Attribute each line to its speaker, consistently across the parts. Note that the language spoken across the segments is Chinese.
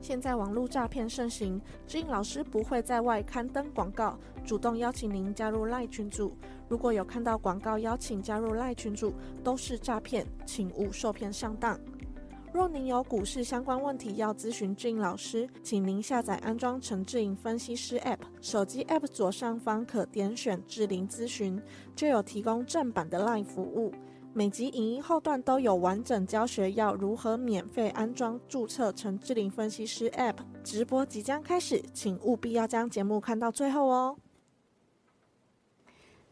Speaker 1: 现在网络诈骗盛行，知音老师不会在外刊登广告，主动邀请您加入赖群组。如果有看到广告邀请加入赖群组，都是诈骗，请勿受骗上当。若您有股市相关问题要咨询志颖老师，请您下载安装陈志颖分析师 App，手机 App 左上方可点选志玲咨询，就有提供正版的 LINE 服务。每集影音后段都有完整教学，要如何免费安装注册陈志玲分析师 App。直播即将开始，请务必要将节目看到最后哦。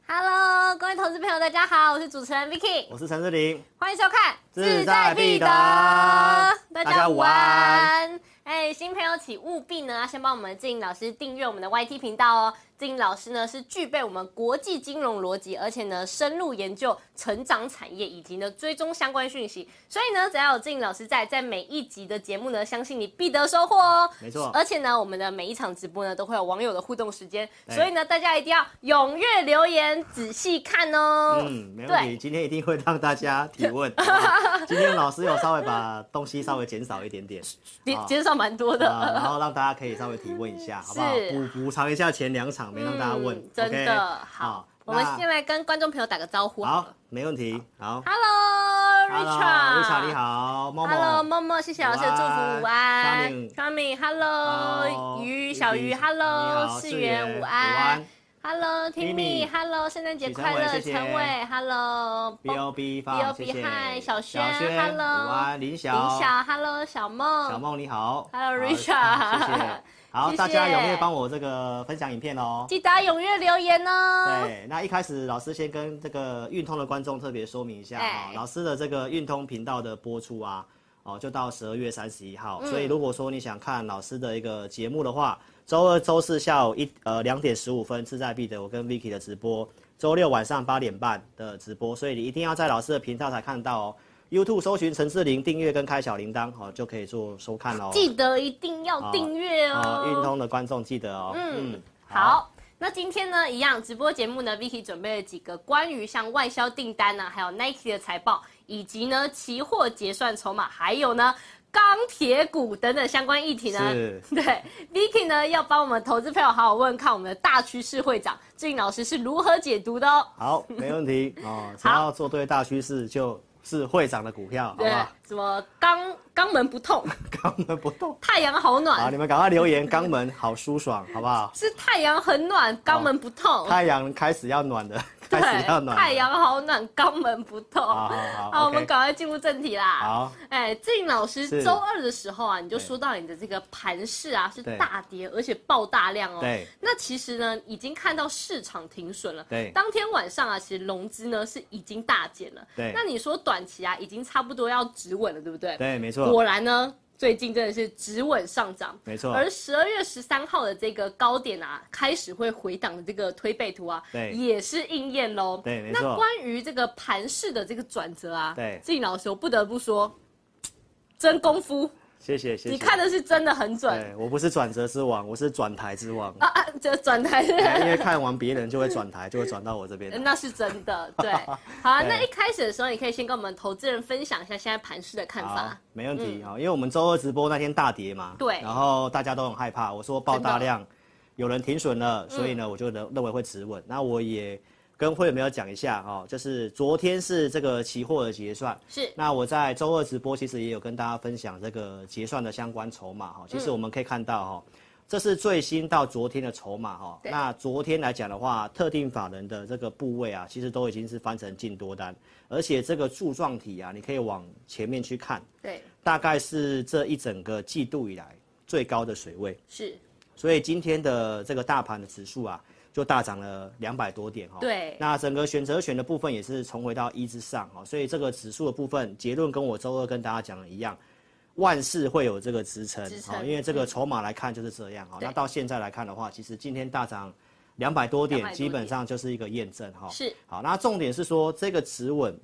Speaker 2: Hello，各位投资朋友，大家好，我是主持人 Vicky，
Speaker 3: 我是陈志玲，
Speaker 2: 欢迎收看《
Speaker 3: 志在必得
Speaker 2: 大
Speaker 3: 大家
Speaker 2: 家午
Speaker 3: 午安
Speaker 2: 安。哎，新朋友请务必呢先帮我们静老师订阅我们的 YT 频道哦。静老师呢是具备我们国际金融逻辑，而且呢深入研究成长产业以及呢追踪相关讯息，所以呢只要有静老师在，在每一集的节目呢，相信你必得收获哦。
Speaker 3: 没错
Speaker 2: 而且呢我们的每一场直播呢都会有网友的互动时间，
Speaker 3: 对
Speaker 2: 所以呢大家一定要踊跃留言，仔细看哦。
Speaker 3: 嗯，没问
Speaker 2: 对
Speaker 3: 题，今天一定会让大家提 问。好不好今天老师有稍微把东西稍微减少一点点，
Speaker 2: 减
Speaker 3: 好
Speaker 2: 减少蛮多的。
Speaker 3: 啊，然后让大家可以稍微提问一 下，好不好？
Speaker 2: 是
Speaker 3: 补补偿一下前两场没让大家问
Speaker 2: 嗯，真
Speaker 3: OK？
Speaker 2: 的好。我们
Speaker 3: 那
Speaker 2: 先来跟观众朋友打个招呼好
Speaker 3: 好
Speaker 2: 了。，
Speaker 3: 没问题，好。
Speaker 2: Hello，Richard，
Speaker 3: Richard 啊你。好，默
Speaker 2: Hello，默
Speaker 3: 默，
Speaker 2: 默，谢谢老师的祝福，午
Speaker 3: 午
Speaker 2: 安
Speaker 3: 安。
Speaker 2: Tommy，Hello，鱼小鱼，Hello，世元，午安
Speaker 3: 安。
Speaker 2: ，Hello
Speaker 3: Timmy
Speaker 2: ，Timmy，Hello，圣诞节
Speaker 3: 许成
Speaker 2: 快
Speaker 3: 伟
Speaker 2: 乐，
Speaker 3: 谢谢
Speaker 2: 陈伟，Hello，
Speaker 3: B O B
Speaker 2: 帮
Speaker 3: 放，谢
Speaker 2: B.O.B.
Speaker 3: 谢。
Speaker 2: 嗨小轩
Speaker 3: 轩
Speaker 2: Hello
Speaker 3: 午安，林
Speaker 2: 林
Speaker 3: 晓，
Speaker 2: 晓，Hello，小梦，
Speaker 3: 小梦你好
Speaker 2: 哦 Hello，
Speaker 3: 好
Speaker 2: Richard
Speaker 3: 谢谢。
Speaker 2: 谢
Speaker 3: 好，
Speaker 2: 谢
Speaker 3: 大家踊跃帮我这个分享影片哦。
Speaker 2: 记得踊跃留言哦。
Speaker 3: 对，那一开始老师先跟这个运通的观众特别说明一下啊、
Speaker 2: 哎
Speaker 3: 老师的这个运通频道的播出啊，哦，就到十二月三十一号、
Speaker 2: 嗯
Speaker 3: 所以如果说你想看老师的一个节目的话，周二、周四下午一呃两点十五分志在必得我跟 Vicky 的直播，周六晚上八点半的直播，所以你一定要在老师的频道才看到哦。YouTube 搜寻陈志玲，订阅跟开小铃铛，哦，就可以做收看哦。
Speaker 2: 记得一定要订阅
Speaker 3: 啊，
Speaker 2: 哦。
Speaker 3: 运通的观众记得哦。
Speaker 2: 嗯，好。那今天呢，一样直播节目呢，Vicky 准备了几个关于像外销订单啊呢、还有 Nike 的财报，以及呢期货结算筹码，还有呢钢铁股等等相关议题呢。
Speaker 3: 是
Speaker 2: 对，Vicky 呢要帮我们投资朋友好好问看我们的大趋势会长志颖老师是如何解读的哦。
Speaker 3: 好，没问题哦。只要做对大趋势，就是会涨的股票，好不啊
Speaker 2: 对
Speaker 3: 好？，
Speaker 2: 什么肛肛门不 痛，
Speaker 3: 肛门不动。
Speaker 2: 太阳好
Speaker 3: 好，
Speaker 2: 暖，
Speaker 3: 你们赶快留言，肛门好舒爽，好 不好？
Speaker 2: 是太阳很暖，肛门不痛。
Speaker 3: 太阳开始要暖了，
Speaker 2: 对，
Speaker 3: 开始要暖了。
Speaker 2: 太阳好暖，肛门不痛。
Speaker 3: 好好好
Speaker 2: 我
Speaker 3: OK
Speaker 2: 们赶快进入正题啦。
Speaker 3: 好，
Speaker 2: 哎，志颖老师，
Speaker 3: 是
Speaker 2: 周二的时候啊，你就
Speaker 3: 对
Speaker 2: 说到你的这个盘势啊是
Speaker 3: 对
Speaker 2: 大跌，而且爆大量哦。
Speaker 3: 对。
Speaker 2: 那其实呢，已经看到市场停损了。
Speaker 3: 对
Speaker 2: 当天晚上啊，其实融资呢是已经大减了。
Speaker 3: 对
Speaker 2: 那你说短期啊，已经差不多要止稳了，对不对？。
Speaker 3: 对，没
Speaker 2: 果
Speaker 3: 错，
Speaker 2: 然呢，最近真的是止稳上涨。
Speaker 3: 没错。
Speaker 2: 而十二月十三号的这个高点啊，开始会回档的这个推背图啊，
Speaker 3: 对
Speaker 2: 也是应验喽。
Speaker 3: 对没
Speaker 2: 那
Speaker 3: 错
Speaker 2: 关于这个盘势的这个转折啊，
Speaker 3: 对
Speaker 2: 志颖老师，我不得不说，真功夫，
Speaker 3: 谢谢谢谢。
Speaker 2: 你看的是真的很准
Speaker 3: 对，我不是转折之王，我是转台 之王。
Speaker 2: 啊啊！这转台。
Speaker 3: 对因为看完别人就会转台，就会转到我这边 来。
Speaker 2: 那是真的，对。 好啊、
Speaker 3: 对
Speaker 2: 那一开始的时候，你可以先跟我们投资人分享一下现在盘势的看
Speaker 3: 好
Speaker 2: 法。，嗯
Speaker 3: 没问题啊、因为我们周二直播那天大跌嘛，
Speaker 2: 对
Speaker 3: 然后大家都很害怕，我说爆大量，有人停损
Speaker 2: 嗯
Speaker 3: 了，所以呢，我就认认为会止稳。那我也跟会员朋友讲一下哦，就是昨天是这个期货的结算，
Speaker 2: 是
Speaker 3: 那我在周二直播其实也有跟大家分享这个结算的相关筹码
Speaker 2: 嗯
Speaker 3: 哈，其实我们可以看到哈。这是最新到昨天的筹码哈，
Speaker 2: 对
Speaker 3: 那昨天来讲的话，特定法人的这个部位啊，其实都已经是翻成净多单，而且这个柱状体啊，你可以往前面去看，
Speaker 2: 对，
Speaker 3: 大概是这一整个季度以来最高的水位，
Speaker 2: 是
Speaker 3: 所以今天的这个大盘的指数啊，就大涨了两百多点哈、哦。
Speaker 2: 对
Speaker 3: 那整个选择权的部分也是重回到一之上哦，所以这个指数的部分结论跟我周二跟大家讲的一样，万事会有这个支撑
Speaker 2: 支，撑嗯
Speaker 3: 好，因为这个筹码来看就是这样哈。
Speaker 2: 对
Speaker 3: 那到现在来看的话，其实今天大涨两百多
Speaker 2: 200多
Speaker 3: 点，
Speaker 2: 点
Speaker 3: 基本上就是一个验证哈。
Speaker 2: 是，
Speaker 3: 好，那重点是说这个止稳，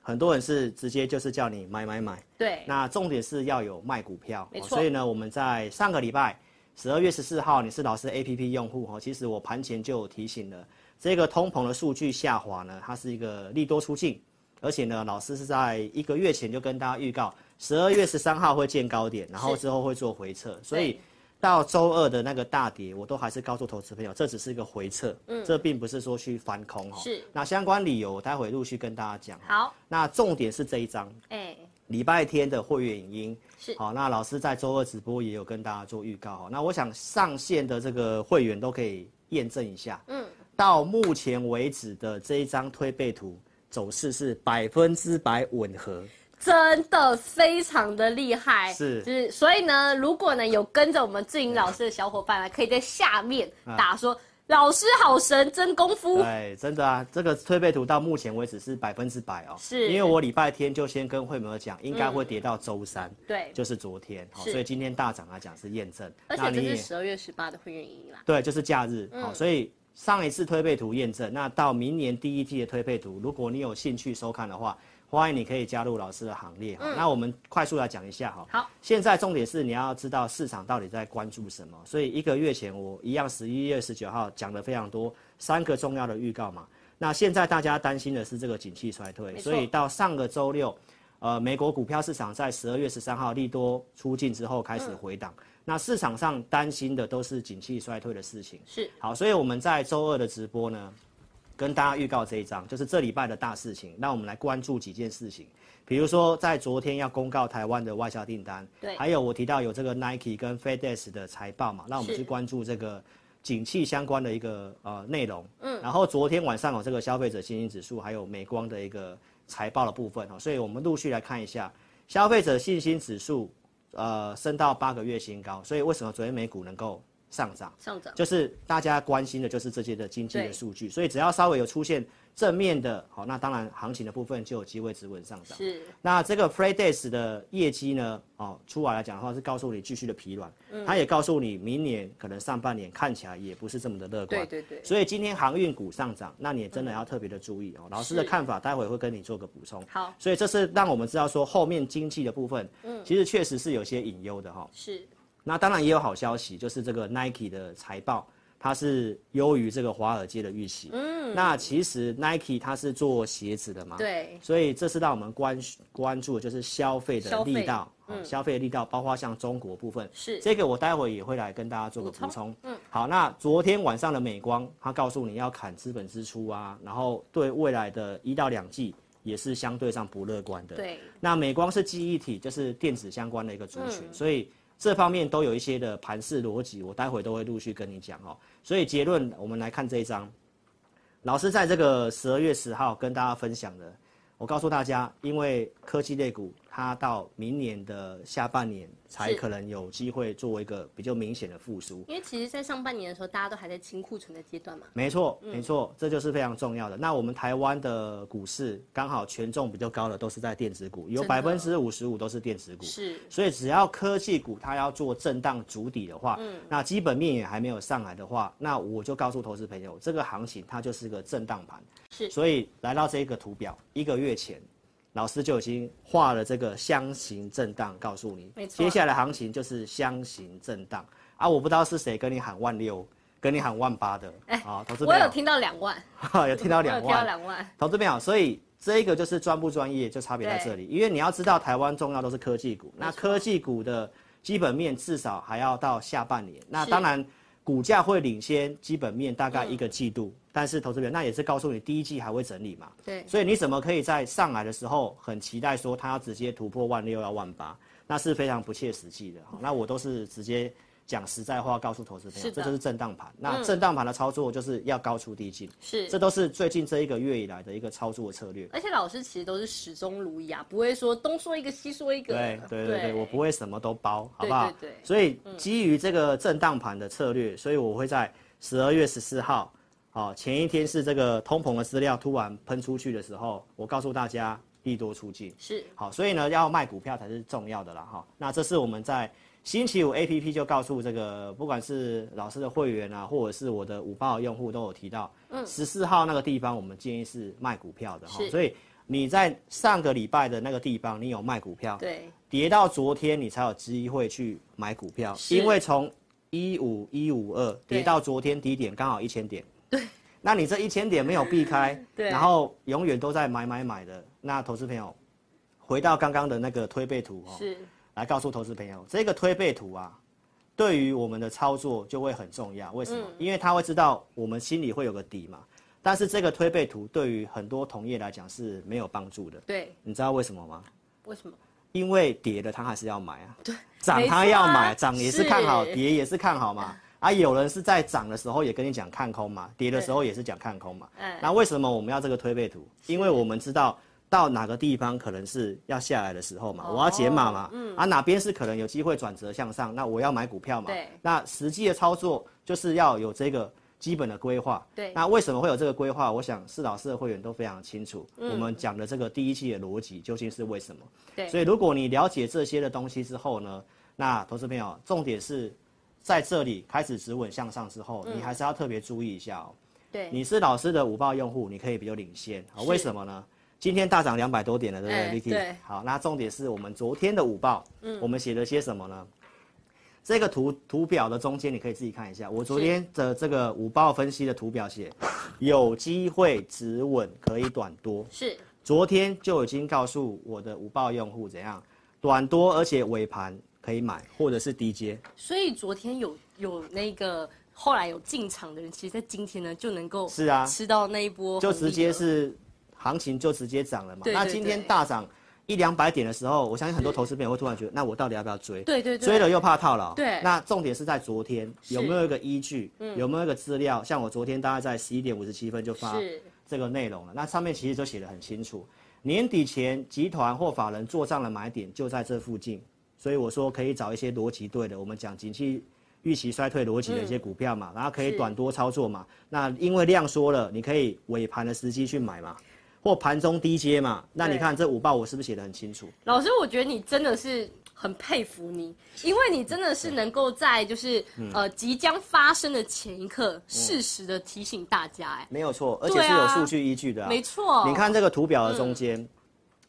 Speaker 3: 很多人是直接就是叫你买买买，
Speaker 2: 对，
Speaker 3: 那重点是要有卖股票，
Speaker 2: 没
Speaker 3: 哦
Speaker 2: 错
Speaker 3: 所以呢，我们在上个礼拜十二月十四号，你是老师 A P P 用户哦哈，其实我盘前就有提醒了，这个通膨的数据下滑呢，它是一个利多出尽，而且呢，老师是在一个月前就跟大家预告，十二月十三号会见高点，然后
Speaker 2: 是
Speaker 3: 之后会做回撤，所
Speaker 2: 对
Speaker 3: 以。到周二的那个大跌，我都还是告诉投资朋友，这只是一个回撤，嗯，这并不是说去翻空哈。
Speaker 2: 是
Speaker 3: 那相关理由，我待会陆续跟大家讲。，
Speaker 2: 好，
Speaker 3: 那重点是这一章，
Speaker 2: 哎，
Speaker 3: 礼拜天的会员影音
Speaker 2: 是
Speaker 3: 好，那老师在周二直播也有跟大家做预告哈。那我想上线的这个会员都可以验证一下，
Speaker 2: 嗯，
Speaker 3: 到目前为止的这一张推背图走势是百分之百吻合，
Speaker 2: 真的非常的厉害，
Speaker 3: 是
Speaker 2: 就是，所以呢，如果呢有跟着我们志颖老师的小伙伴呢，可以在下面
Speaker 3: 啊
Speaker 2: 打说、老师好神，真功夫，
Speaker 3: 对，真的啊，这个推背图到目前为止是百分之百哦，
Speaker 2: 是
Speaker 3: 因为我礼拜天就先跟慧梅讲，应该会跌到周三，
Speaker 2: 对，
Speaker 3: 就是昨天，好，
Speaker 2: 是
Speaker 3: 所以今天大涨来讲是验证，
Speaker 2: 而
Speaker 3: 那
Speaker 2: 且这
Speaker 3: 你
Speaker 2: 是
Speaker 3: 也
Speaker 2: 十二月十八的会员营啦，
Speaker 3: 对，就是假日。好、所以上一次推背图验证，那到明年第一季的推背图，如果你有兴趣收看的话，欢迎你可以加入老师的行列。哈、那我们快速来讲一下哈。
Speaker 2: 嗯好，
Speaker 3: 现在重点是你要知道市场到底在关注什么。所以一个月前我一样，十一月十九号讲的非常多，三个重要的预告嘛。那现在大家担心的是这个景气衰退，
Speaker 2: 没错
Speaker 3: 所以到上个周六。呃，美国股票市场在十二月十三号利多出尽之后开始回
Speaker 2: 嗯
Speaker 3: 档，那市场上担心的都是景气衰退的事情。
Speaker 2: 是
Speaker 3: 好，所以我们在周二的直播呢，跟大家预告这一章，就是这礼拜的大事情。那我们来关注几件事情，比如说在昨天要公告台湾的外销订单，
Speaker 2: 对
Speaker 3: 还有我提到有这个 Nike 跟 FedEx 的财报嘛，那我们
Speaker 2: 是
Speaker 3: 去关注这个景气相关的一个呃内容。嗯，然后昨天晚上有这个消费者信心指数，还有美光的一个财报的部分哦，所以我们陆续来看一下消费者信心指数，呃，升到八个月新高，所以为什么昨天美股能够上涨？
Speaker 2: 上涨，
Speaker 3: 就是大家关心的就是这些的经济
Speaker 2: 对
Speaker 3: 的数据，所以只要稍微有出现正面的，好，那当然行情的部分就有机会止稳上涨。
Speaker 2: 是
Speaker 3: 那这个 Fredays 的业绩呢，哦，出来来讲的话是告诉你继续的疲软，
Speaker 2: 嗯
Speaker 3: 它也告诉你明年可能上半年看起来也不是这么的乐观。
Speaker 2: 对对对，
Speaker 3: 所以今天航运股上涨，那你也真的要特别的注意哦。老师的
Speaker 2: 是
Speaker 3: 看法，待会会跟你做个补充。
Speaker 2: 嗯好，
Speaker 3: 所以这是让我们知道说后面经济的部分，
Speaker 2: 嗯
Speaker 3: 其实确实是有些隐忧的哈、
Speaker 2: 是
Speaker 3: 那当然也有好消息，就是这个 Nike 的财报，它是优于这个华尔街的预期。嗯，那其实 Nike 它是做鞋子的嘛，，
Speaker 2: 对，
Speaker 3: 所以这是让我们关关注的就是消费的力道，哦消费的力道，包括像中国部分，
Speaker 2: 是
Speaker 3: 这个我待会也会来跟大家做个
Speaker 2: 补
Speaker 3: 补充。嗯，好，那昨天晚上的美光，它告诉你要砍资本支出啊，然后对未来的一到两季也是相对上不乐观的。
Speaker 2: 对，
Speaker 3: 那美光是记忆体，就是电子相关的一个族
Speaker 2: 嗯
Speaker 3: 群，所以这方面都有一些的盘势逻辑，我待会都会陆续跟你讲哦。所以结论，我们来看这一章，老师在这个十二月十号跟大家分享的，我告诉大家，因为科技类股它到明年的下半年才
Speaker 2: 是
Speaker 3: 可能有机会作为一个比较明显的复苏。
Speaker 2: 因为其实，在上半年的时候，大家都还在清库存的阶段嘛，
Speaker 3: 没错，
Speaker 2: 嗯
Speaker 3: 没错，这就是非常重要的。那我们台湾的股市刚好权重比较高的都是在电子股，
Speaker 2: 真
Speaker 3: 有
Speaker 2: 的
Speaker 3: 百分之五十五都是电子股。
Speaker 2: 是
Speaker 3: 所以只要科技股它要做震荡筑底的话，
Speaker 2: 嗯
Speaker 3: 那基本面也还没有上来的话，那我就告诉投资朋友，这个行情它就是个震荡盘。
Speaker 2: 是
Speaker 3: 所以来到这个图表，一个月前，老师就已经画了这个箱型震荡，告诉你，
Speaker 2: 没错
Speaker 3: 接下来行情就是箱型震荡啊！我不知道是谁跟你喊万六，跟你喊万八的，啊、投资
Speaker 2: 哎我
Speaker 3: 朋
Speaker 2: 有
Speaker 3: 友
Speaker 2: 听到两万，
Speaker 3: 有听到
Speaker 2: 我有
Speaker 3: 两
Speaker 2: 听到
Speaker 3: 万，
Speaker 2: 两万，
Speaker 3: 投资朋友，所以这个就是专不专业，就差别在这里。因为你要知道，台湾重要都是科技股，那科技股的基本面至少还要到下半年。那当然，股价会领先基本面大概
Speaker 2: 嗯
Speaker 3: 一个季度，但是投资朋友，那也是告诉你第一季还会整理嘛。
Speaker 2: 对，
Speaker 3: 所以你怎么可以在上来的时候很期待说它要直接突破万六要万八？那是非常不切实际的。好那我都是直接讲实在话，告诉投资朋
Speaker 2: 嗯是的
Speaker 3: 友，
Speaker 2: 嗯
Speaker 3: 这就是震荡盘。那震荡盘的操作就是要高出低进。
Speaker 2: 是
Speaker 3: 这都是最近这一个月以来的一个操作策略。
Speaker 2: 而且老师其实都是始终如一啊，不会说东说一个西说一个。
Speaker 3: 对对对对，我不会什么都包，好
Speaker 2: 对
Speaker 3: 不好？
Speaker 2: 啊对嗯对
Speaker 3: 所以基于这个震荡盘的策略，所以我会在十二月十四号，好、前一天是这个通膨的资料突然喷出去的时候，我告诉大家利多出尽。
Speaker 2: 是
Speaker 3: 好，所以呢，要卖股票才是重要的啦哈。那这是我们在星期五 A P P 就告诉这个，不管是老师的会员啊，或者是我的五报用户都有提到，嗯，十四号那个地方我们建议是卖股票的哈
Speaker 2: 是，
Speaker 3: 所以你在上个礼拜的那个地方你有卖股票，
Speaker 2: 对，
Speaker 3: 跌到昨天你才有机会去买股票，
Speaker 2: 是
Speaker 3: 因为从一五一五二
Speaker 2: 对
Speaker 3: 跌到昨天低点刚好一千点，对，那你这一千点没有避开，
Speaker 2: 对
Speaker 3: 然后永远都在买买买的，那投资朋友回到刚刚的那个推背图哦，
Speaker 2: 是
Speaker 3: 来告诉投资朋友，这个推背图啊，对于我们的操作就会很重要。为什么？
Speaker 2: 嗯
Speaker 3: 因为他会知道我们心里会有个底嘛。但是这个推背图对于很多同业来讲是没有帮助的，
Speaker 2: 对，
Speaker 3: 你知道为什么吗？
Speaker 2: 为什么？
Speaker 3: 因为跌了他还是要买啊，对，
Speaker 2: 没
Speaker 3: 涨
Speaker 2: 错啊
Speaker 3: 他要买，涨也是看好，
Speaker 2: 是
Speaker 3: 跌也是看好嘛。啊，有人是在涨的时候也跟你讲看空嘛，跌的时候也是讲看空嘛
Speaker 2: 哎。
Speaker 3: 那为什么我们要这个推背图？因为我们知道到哪个地方可能是要下来的时候嘛，
Speaker 2: 哦
Speaker 3: 我要解码嘛。啊，哪边是可能有机会转折向上，那我要买股票嘛
Speaker 2: 对。
Speaker 3: 那实际的操作就是要有这个基本的规划。
Speaker 2: 对
Speaker 3: 那为什么会有这个规划？我想是老师的会员都非常清楚，我们讲的这个第一季的逻辑究竟是为什么。
Speaker 2: 嗯对
Speaker 3: 所以如果你了解这些的东西之后呢，那投资朋友重点是在这里开始止稳向上之后，
Speaker 2: 嗯
Speaker 3: 你还是要特别注意一下哦。
Speaker 2: 对
Speaker 3: 你是老师的五报用户，你可以比较领先，好
Speaker 2: 是
Speaker 3: 为什么呢？今天大涨两百多点了，对不对
Speaker 2: 哎
Speaker 3: ，Vicky？
Speaker 2: 对
Speaker 3: 好，那重点是我们昨天的五报，嗯，我们写了些什么呢？这个图图表的中间，你可以自己看一下。我昨天的这个五报分析的图表写，有机会止稳可以短多，
Speaker 2: 是
Speaker 3: 昨天就已经告诉我的五报用户怎样短多，而且尾盘可以买，或者是低接。
Speaker 2: 所以昨天有有那个后来有进场的人，其实，在今天呢就能够
Speaker 3: 是啊
Speaker 2: 吃到那一波红
Speaker 3: 就
Speaker 2: 利了，
Speaker 3: 直接是行情就直接涨了嘛。
Speaker 2: 对对
Speaker 3: 那今天大涨一两百点的时候，我相信很多投资朋友会突然觉得，那我到底要不要追？
Speaker 2: 对对对
Speaker 3: 追了又怕套牢。
Speaker 2: 对嗯
Speaker 3: 那重点是在昨天有没有一个依据，有没有一个资料？像我昨天大概在十一点五十七分就发
Speaker 2: 是
Speaker 3: 这个内容了，那上面其实就写得很清楚，年底前集团或法人做账的买点就在这附近，所以我说可以找一些逻辑对的，我们讲景气。预期衰退逻辑的一些股票嘛，然后可
Speaker 2: 嗯
Speaker 3: 以
Speaker 2: 是
Speaker 3: 短多操作嘛。那因为量缩了，你可以尾盘的时机去买嘛，或盘中低接嘛。那你
Speaker 2: 对
Speaker 3: 看这五报我是不是写得很清楚？
Speaker 2: 老师，我觉得你真的是很佩服你，因为你真的是能够在就是、
Speaker 3: 嗯
Speaker 2: 呃即将发生的前一刻，适时的提醒大家、哎、
Speaker 3: 没有错，而且
Speaker 2: 对
Speaker 3: 是有
Speaker 2: 啊
Speaker 3: 数据依据的、啊。
Speaker 2: 没错，
Speaker 3: 你，看这个图表的中间，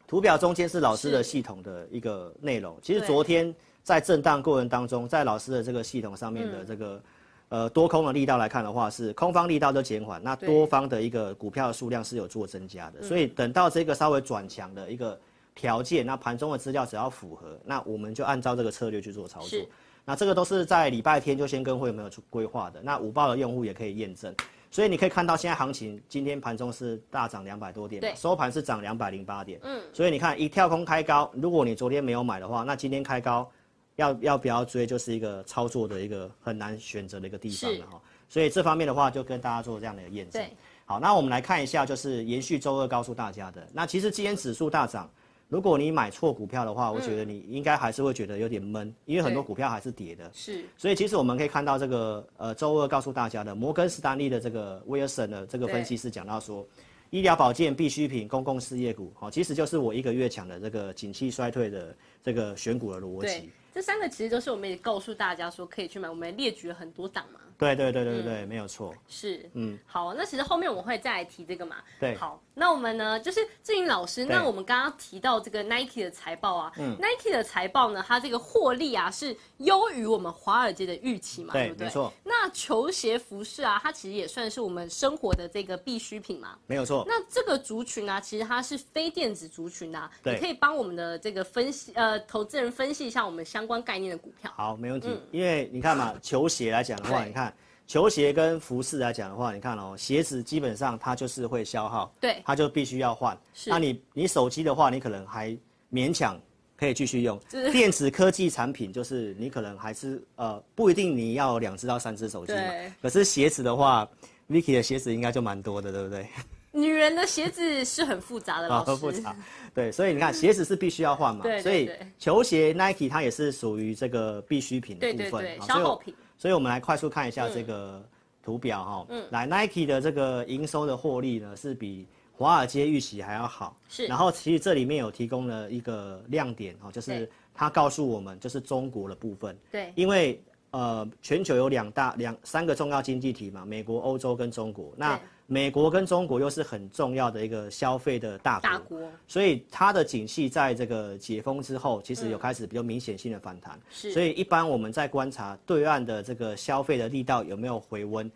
Speaker 3: 图表中间是老师的
Speaker 2: 嗯是
Speaker 3: 系统的一个内容。其实
Speaker 2: 对
Speaker 3: 昨天在震荡过程当中，在老师的这个系统上面
Speaker 2: 嗯
Speaker 3: 的这个、呃多空的力道来看的话，是空方力道都减缓，那
Speaker 2: 对嗯
Speaker 3: 多方的一个股票的数量是有做增加的。所以等到这个稍微转强的一个条件，那盘中的资料只要符合，那我们就按照这个策略去做操作
Speaker 2: 是。
Speaker 3: 那这个都是在礼拜天就先跟会员朋友去规划的，那五报的用户也可以验证。所以你可以看到，现在行情今天盘中是大涨两百多点嘛
Speaker 2: 对，
Speaker 3: 收盘是涨两百零八点。嗯，所以你看一跳空开高，如果你昨天没有买的话，那今天开高，要要不要追就是一个操作的一个很难选择的一个地方
Speaker 2: 是
Speaker 3: 了哈。所以这方面的话，就跟大家做这样的一个验证
Speaker 2: 对。
Speaker 3: 好，那我们来看一下，就是延续周二告诉大家的。那其实今天指数大涨，如果你买错股票的话，我觉得你应该还是会觉得有点闷，因为很多
Speaker 2: 对
Speaker 3: 股票还是跌的。
Speaker 2: 是
Speaker 3: 所以其实我们可以看到这个呃，周二告诉大家的摩根士丹利的这个威尔森的这个分析师讲到说，医疗保健、必需品、公共事业股，好、其实就是我一个月讲的这个景气衰退的这个选股的逻
Speaker 2: 对
Speaker 3: 辑。。
Speaker 2: 这三个其实都是我们也告诉大家说可以去买，我们也列举了很多档嘛。
Speaker 3: 对对对对对对，没有错。
Speaker 2: 是，嗯，好，那其实后面我们会再来提这个嘛。
Speaker 3: 对
Speaker 2: 好，那我们呢，就是志颖老师，
Speaker 3: 对嗯
Speaker 2: 那我们刚刚提到这个 Nike 的财报啊、n i k e 的财报呢，它这个获利啊是优于我们华尔街的预期嘛，
Speaker 3: 对
Speaker 2: 不对？
Speaker 3: 没错。
Speaker 2: 那球鞋、服饰啊，它其实也算是我们生活的这个必需品嘛。
Speaker 3: 没有错，
Speaker 2: 那这个族群啊，其实它是非电子族群啊，
Speaker 3: 对
Speaker 2: 你可以帮我们的这个分析，呃，投资人分析一下我们相关概念的股票。
Speaker 3: 好，没问题。因为你看嘛，球鞋来讲的话，
Speaker 2: 嗯对
Speaker 3: 你看球鞋跟服饰来讲的话，你看哦，鞋子基本上它就是会消耗，
Speaker 2: 对
Speaker 3: 它就必须要换。
Speaker 2: 是
Speaker 3: 那你你手机的话，你可能还勉强可以继续用
Speaker 2: 是。
Speaker 3: 电子科技产品就是你可能还是呃不一定你要有两只到三只手机嘛
Speaker 2: 对。
Speaker 3: 可是鞋子的话，Vicky 的鞋子应该就蛮多的，对不对？
Speaker 2: 女人的鞋子哦是很复杂的，老师。
Speaker 3: 啊很复杂。对，所以你看鞋子是必须要换嘛，
Speaker 2: 对对
Speaker 3: 所以
Speaker 2: 对
Speaker 3: 球鞋 Nike 它也是属于这个必需品的
Speaker 2: 对
Speaker 3: 部
Speaker 2: 对
Speaker 3: 分，
Speaker 2: 对
Speaker 3: 好
Speaker 2: 消
Speaker 3: 所以我
Speaker 2: 耗品
Speaker 3: 所以我们来快速
Speaker 2: 嗯
Speaker 3: 看一下这个图表哈、来 Nike 的这个营收的获利呢是比。华尔街预期还要好。
Speaker 2: 是
Speaker 3: 然后其实这里面有提供了一个亮点哦，就是
Speaker 2: 对
Speaker 3: 它告诉我们，就是中国的部分，
Speaker 2: 对，
Speaker 3: 因为呃，全球有两大两三个重要经济体嘛，美国、欧洲跟中国。那
Speaker 2: 对
Speaker 3: 美国跟中国又是很重要的一个消费的大国，
Speaker 2: 大国
Speaker 3: 所以它的景气在这个解封之后，其实有开始比较明显性的反弹。
Speaker 2: 嗯是
Speaker 3: 所以一般我们在观察对岸的这个消费的力道有没有回温，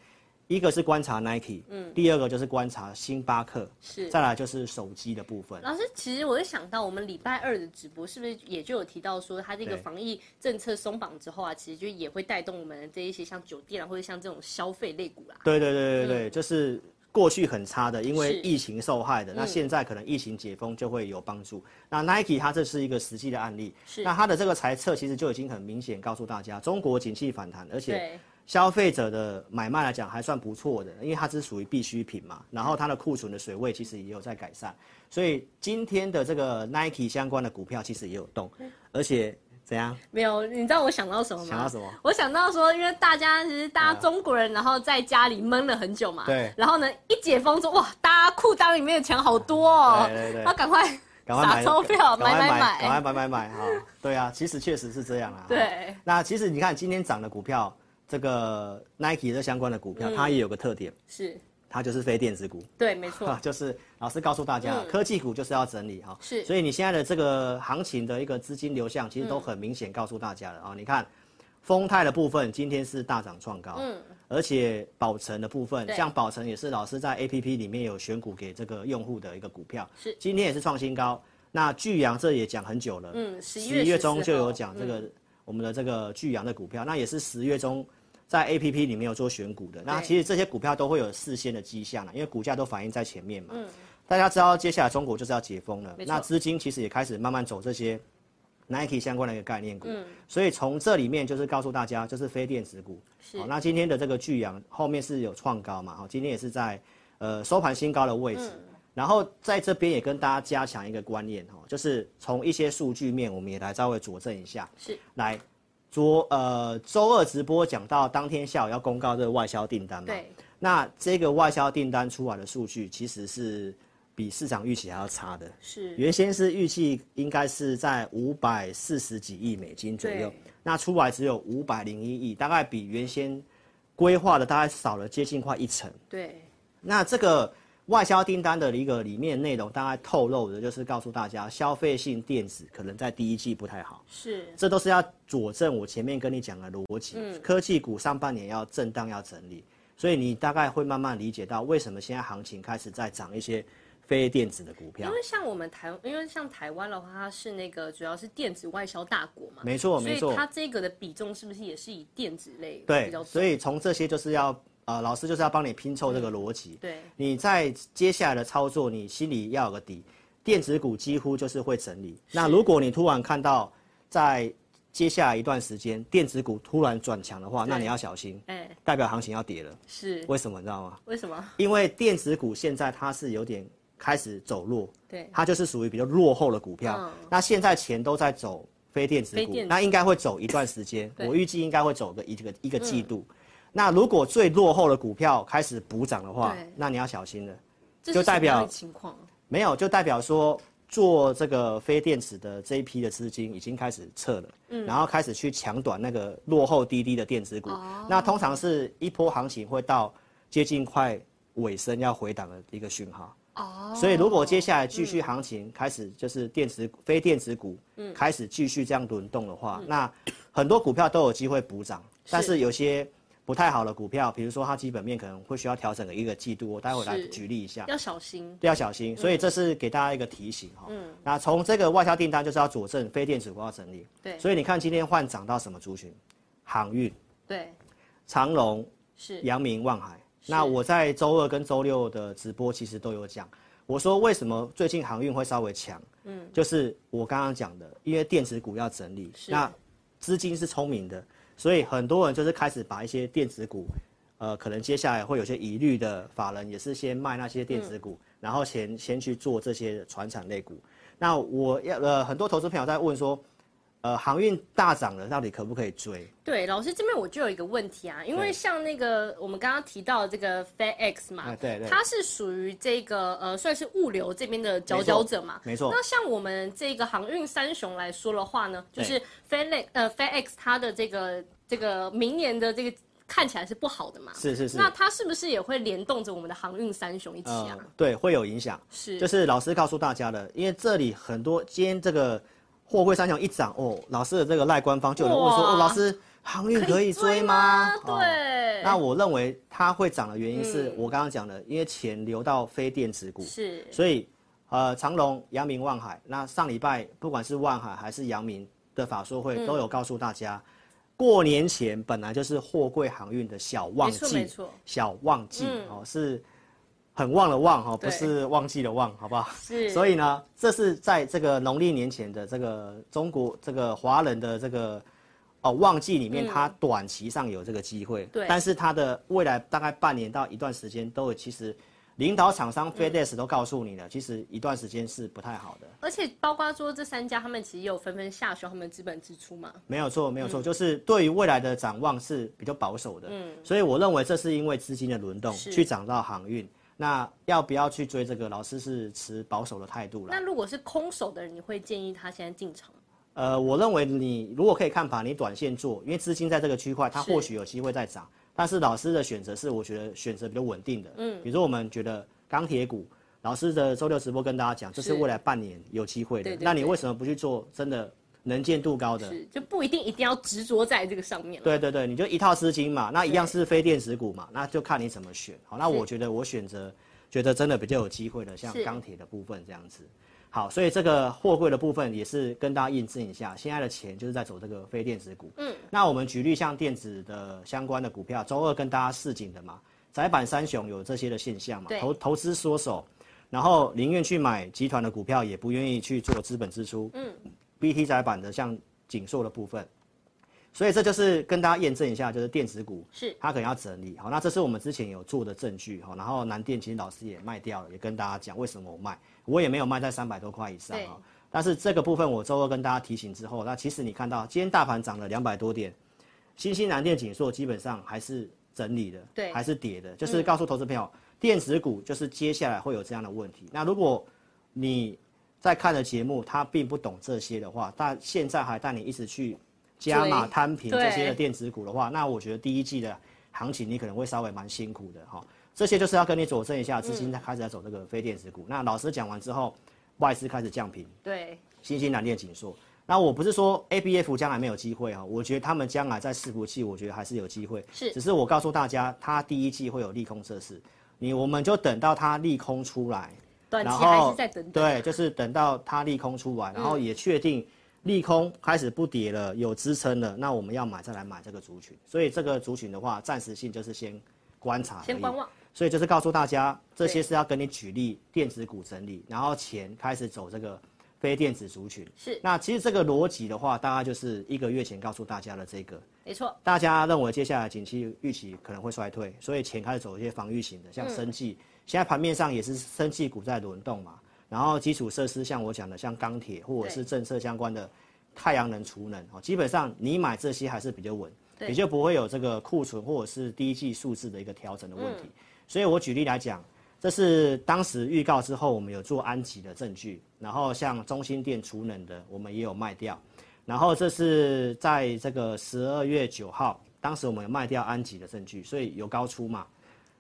Speaker 3: 一个是观察 Nike，嗯，第二个就是观察星巴克，
Speaker 2: 是。
Speaker 3: 再来就是手机的部分。
Speaker 2: 老师，其实我就想到，我们礼拜二的直播是不是也就有提到说，它这个
Speaker 3: 对
Speaker 2: 防疫政策松绑之后啊，其实就也会带动我们的这一些像酒店啊，或者像这种消费类股啦。啊
Speaker 3: 对对对对对，就是过去很差的，因为
Speaker 2: 嗯是嗯
Speaker 3: 疫情受害的，那现在可能疫情解封就会有帮助。那 Nike 它这是一个实际的案例，
Speaker 2: 是
Speaker 3: 那它的这个财测其实就已经很明显告诉大家，中国景气反弹，而且
Speaker 2: 对，
Speaker 3: 消费者的买卖来讲还算不错的，因为它是属于必需品嘛，然后它的库存的水位其实也有在改善，所以今天的这个 Nike 相关的股票其实也有动，而且怎样？
Speaker 2: 没有，你知道我想到什么吗？
Speaker 3: 想到什么？
Speaker 2: 我想到说，因为大家其实大家中国人，然后在家里闷了很久嘛，
Speaker 3: 对
Speaker 2: 然后呢，一解封之后，哇，大家裤裆里面的钱好多哦，
Speaker 3: 对对对
Speaker 2: 要赶快
Speaker 3: 赶快
Speaker 2: 撒
Speaker 3: 买
Speaker 2: 钞票
Speaker 3: 赶
Speaker 2: 买
Speaker 3: 快
Speaker 2: 买买
Speaker 3: 赶快买买买哈！对啊，其实确实是这样啊。
Speaker 2: 对
Speaker 3: 那其实你看今天涨的股票，这个 Nike 的相关的
Speaker 2: 嗯
Speaker 3: 股票，它也有个特点，
Speaker 2: 是，
Speaker 3: 它就是非电子股。
Speaker 2: 对，没错 嗯
Speaker 3: 啊，，就是老师告诉大家，科技股就是要整理哈、
Speaker 2: 是嗯
Speaker 3: 所以你现在的这个行情的一个资金流向，其实都很明显告诉大家了啊、你看，丰泰的部分今天是大涨创高，嗯，而且宝成的部分
Speaker 2: 对，
Speaker 3: 像宝成也是老师在 A P P 里面有选股给这个用户的一个股票，
Speaker 2: 是
Speaker 3: 今天也是创新高。那巨阳这也讲很久了，
Speaker 2: 嗯11
Speaker 3: 11月中就有
Speaker 2: 14
Speaker 3: 讲这个、我们的这个巨阳的股票，那也是十月中在 A P P 里面有做选股的。那
Speaker 2: 对
Speaker 3: 其实这些股票都会有事先的迹象啊了，因为股价都反映在前面嘛。大家知道接下来中国就是要解封了
Speaker 2: 嗯没，错
Speaker 3: 那资金其实也开始慢慢走这些 Nike 相关的一个概念股。
Speaker 2: 嗯
Speaker 3: 所以从这里面就是告诉大家，就是非电子股。
Speaker 2: 是
Speaker 3: 好，那今天的这个巨阳后面是有创高嘛？好，今天也是在呃收盘新高的位置。
Speaker 2: 嗯
Speaker 3: 然后在这边也跟大家加强一个观念哦，就是从一些数据面，我们也来稍微佐证一下。
Speaker 2: 是，
Speaker 3: 来昨呃周二直播讲到当天下午要公告这个外销订单嘛？
Speaker 2: 对，
Speaker 3: 那这个外销订单出来的数据其实是比市场预期还要差的。
Speaker 2: 是，
Speaker 3: 原先是预计应该是在五百四十几亿美金左右
Speaker 2: 对，
Speaker 3: 那出来只有五百零一亿，大概比原先规划的大概少了接近快一成。
Speaker 2: 对，
Speaker 3: 那这个外销订单的一个里面内容，大概透露的就是告诉大家，消费性电子可能在第一季不太好。
Speaker 2: 是，
Speaker 3: 这都是要佐证我前面跟你讲的逻辑。
Speaker 2: 嗯
Speaker 3: 科技股上半年要震荡要整理，所以你大概会慢慢理解到为什么现在行情开始在涨一些非电子的股票
Speaker 2: 因。为像我们台，因为像台湾的话，它是那个主要是电子外销大国嘛，
Speaker 3: 没错，
Speaker 2: 所
Speaker 3: 没
Speaker 2: 以
Speaker 3: 错
Speaker 2: 它，这个的比重是不是也是以电子类比
Speaker 3: 对
Speaker 2: 较，重？
Speaker 3: 所以从这些就是要啊、呃老师就是要帮你拼凑这个逻辑。
Speaker 2: 对，
Speaker 3: 你在接下来的操作，你心里要有个底。电子股几乎就是会整理。那如果你突然看到在接下来一段时间电子股突然转强的话，那
Speaker 2: 对
Speaker 3: 你要小心，
Speaker 2: 哎、
Speaker 3: 代表行情要跌了。
Speaker 2: 是，
Speaker 3: 为什么你知道吗？
Speaker 2: 为什么？
Speaker 3: 因为电子股现在它是有点开始走弱，
Speaker 2: 对，
Speaker 3: 它就是属于比较落后的股票。
Speaker 2: 嗯
Speaker 3: 那现在钱都在走非电子
Speaker 2: 非
Speaker 3: 股，
Speaker 2: 电子
Speaker 3: 那应该会走一段时间，
Speaker 2: 对嗯
Speaker 3: 我预计应该会走个一个一个季度。那如果最落后的股票开始补涨的话
Speaker 2: 对，
Speaker 3: 那你要小心了。
Speaker 2: 这
Speaker 3: 就是
Speaker 2: 什
Speaker 3: 代
Speaker 2: 么
Speaker 3: 表
Speaker 2: 样的情况，
Speaker 3: 没有，就代表说做这个非电子的这一批的资金已经开始撤了，
Speaker 2: 嗯
Speaker 3: 然后开始去抢短那个落后滴滴的电子股。
Speaker 2: 哦
Speaker 3: 那通常是一波行情会到接近快尾声要回档的一个讯号。
Speaker 2: 哦
Speaker 3: 所以如果接下来继续行情、开始就是电子非电子股、
Speaker 2: 嗯
Speaker 3: 开始继续这样轮动的话，那很多股票都有机会补涨，但是有些。不太好的股票，比如说它基本面可能会需要调整个一个季度，我待会来
Speaker 2: 是
Speaker 3: 举例一下。
Speaker 2: 要小心，
Speaker 3: 要小心，所以这是给大家一个提醒哈。嗯，那从这个外销订单就是要佐证非电子股要整理。
Speaker 2: 对
Speaker 3: 所以你看今天换涨到什么族群？航运、
Speaker 2: 对，
Speaker 3: 长荣、
Speaker 2: 是，
Speaker 3: 阳明、万海。那我在周二跟周六的直播其实都有讲，我说为什么最近航运会稍微强？嗯，就是我刚刚讲的，因为电子股要整理，那资金是聪明的，所以很多人就是开始把一些电子股，呃，可能接下来会有些疑虑的法人也是先卖那些电子股，
Speaker 2: 嗯
Speaker 3: 然后先先去做这些传产类股。那我要呃，很多投资朋友在问说，呃航运大涨了，到底可不可以追？
Speaker 2: 对，老师这边我就有一个问题啊，因为
Speaker 3: 对
Speaker 2: 像那个我们刚刚提到的这个 FedEx 嘛，
Speaker 3: 啊对对
Speaker 2: 它是属于这个呃算是物流这边的佼
Speaker 3: 没错
Speaker 2: 佼者嘛。
Speaker 3: 没错
Speaker 2: 那像我们这个航运三雄来说的话呢，就
Speaker 3: 对
Speaker 2: 是 FedEx 呃 FedEx 它的这个这个明年的这个看起来是不好的嘛。
Speaker 3: 是是是，
Speaker 2: 那它是不是也会联动着我们的航运三雄一起啊？
Speaker 3: 呃对，会有影响。
Speaker 2: 是，
Speaker 3: 嗯就是老师告诉大家的，因为这里很多今天这个货柜三雄一涨哦，老师的这个赖官方就有人问说
Speaker 2: 哇
Speaker 3: 哦，老师航运可以追吗？
Speaker 2: 啊对，
Speaker 3: 哦那我认为它会涨的原因是我刚刚讲的，因为钱流到非电子股，
Speaker 2: 是
Speaker 3: 所以呃，长隆、阳明、万海，那上礼拜不管是万海还是阳明的法说
Speaker 2: 嗯
Speaker 3: 会，都有告诉大家，过年前本来就是货柜航运的小旺
Speaker 2: 没错没
Speaker 3: 季
Speaker 2: 错，
Speaker 3: 小旺季、
Speaker 2: 嗯
Speaker 3: 哦，是很旺的旺哦，
Speaker 2: 对
Speaker 3: 不是旺季的旺，好不好？
Speaker 2: 是，
Speaker 3: 所
Speaker 2: 以
Speaker 3: 以呢，这是在这个农历年前的这个中国这个华人的这个哦旺季里面，
Speaker 2: 嗯
Speaker 3: 它短期上有这个机会，
Speaker 2: 对
Speaker 3: 但是它的未来大概半年到一段时间都有，其实领导厂商
Speaker 2: 嗯
Speaker 3: FedEx 都告诉你了，其实一段时间是不太好的。
Speaker 2: 而且包括说这三家，他们其实也有纷纷下修他们资本支出嘛。
Speaker 3: 没有错，没有
Speaker 2: 嗯
Speaker 3: 错，就是对于未来的展望是比较保守的。嗯，所以我认为这是因为资金的轮动
Speaker 2: 是
Speaker 3: 去涨到航运。那要不要去追这个？老师是持保守的态度啦
Speaker 2: 那。如果是空手的人，你会建议他现在进场吗？
Speaker 3: 呃，我认为你如果可以看盘，你短线做，因为资金在这个区块，它
Speaker 2: 是
Speaker 3: 或许有机会再涨。但是老师的选择是，我觉得选择比较稳定的。嗯，比如说我们觉得钢铁股，老师的周六直播跟大家讲，这是
Speaker 2: 是
Speaker 3: 未来半年有机会的。
Speaker 2: 对对
Speaker 3: 那你
Speaker 2: 对
Speaker 3: 为什么不去做真的能见度高的？
Speaker 2: 是，就不一定一定要执着在这个上面了。
Speaker 3: 对对对，你就一套资金嘛，那一样是非电子股嘛，那就看你怎么选。好，那我觉得我选择觉得真的比较有机会的，像
Speaker 2: 是
Speaker 3: 钢铁的部分这样子。好，所以这个货柜的部分也是跟大家印证一下，现在的钱就是在走这个非电子股。嗯，那我们举例像电子的相关的股票，周二跟大家市井的嘛，窄板三雄有这些的现象嘛
Speaker 2: 对，
Speaker 3: 投投资缩手，然后宁愿去买集团的股票，也不愿意去做资本支出。嗯，BT 窄板的像紧缩的部分，所以这就是跟大家验证一下，就是电子股
Speaker 2: 是
Speaker 3: 它可能要整理。好，那这是我们之前有做的证据。好，然后南电其实老师也卖掉了，也跟大家讲为什么我卖，我也没有卖在三百多块以上
Speaker 2: 对
Speaker 3: 啊。但是这个部分我周二跟大家提醒之后，那其实你看到今天大盘涨了两百多点，新兴南电紧缩基本上还是整理的，
Speaker 2: 对嗯
Speaker 3: 还是跌的，就是告诉投资朋友，电子股就是接下来会有这样的问题。那如果你在看的节目他并不懂这些的话，但现在还带你一直去加码
Speaker 2: 追
Speaker 3: 摊平
Speaker 2: 对
Speaker 3: 这些的电子股的话，那我觉得第一季的行情你可能会稍微蛮辛苦的哈、这些就是要跟你佐证一下，资金开始在走这个非电子股。那老师讲完之后，外资开始降频，
Speaker 2: 对，
Speaker 3: 新兴南电紧缩。那我不是说 A B F 将来没有机会哈、我觉得他们将来在伺服器，我觉得还是有机会。
Speaker 2: 是
Speaker 3: 只是我告诉大家，它第一季会有利空测试，你我们就等到它利空出来，
Speaker 2: 短期
Speaker 3: 然
Speaker 2: 还
Speaker 3: 后
Speaker 2: 是再等嗯等。
Speaker 3: 对，就是等到它利空出来，然后也确定利空开始不跌了，有支撑了，那我们要买再来买这个族群。所以这个族群的话，暂时性就是先观察，
Speaker 2: 先观。望。
Speaker 3: 所以就是告诉大家，这
Speaker 2: 对
Speaker 3: 些是要跟你举例电子股整理，然后钱开始走这个非电子族群。
Speaker 2: 是
Speaker 3: 那其实这个逻辑的话，大概就是一个月前告诉大家的这个。
Speaker 2: 没错，
Speaker 3: 大家认为接下来景气预期可能会衰退，所以钱开始走一些防御型的，像生技，现在盘面上也是生技股在轮动嘛。然后基础设施，像我讲的，像钢铁或者是政策相关的太阳能、储能哦，基本上你买这些还是比较稳，
Speaker 2: 对
Speaker 3: 也就不会有这个库存或者是低季数字的一个调整的问题。所以我举例来讲，这是当时预告之后，我们有做安吉的证据，然后像中心店储能的，我们也有卖掉。然后这是在这个十二月九号，当时我们有卖掉安吉的证据，所以有高出嘛，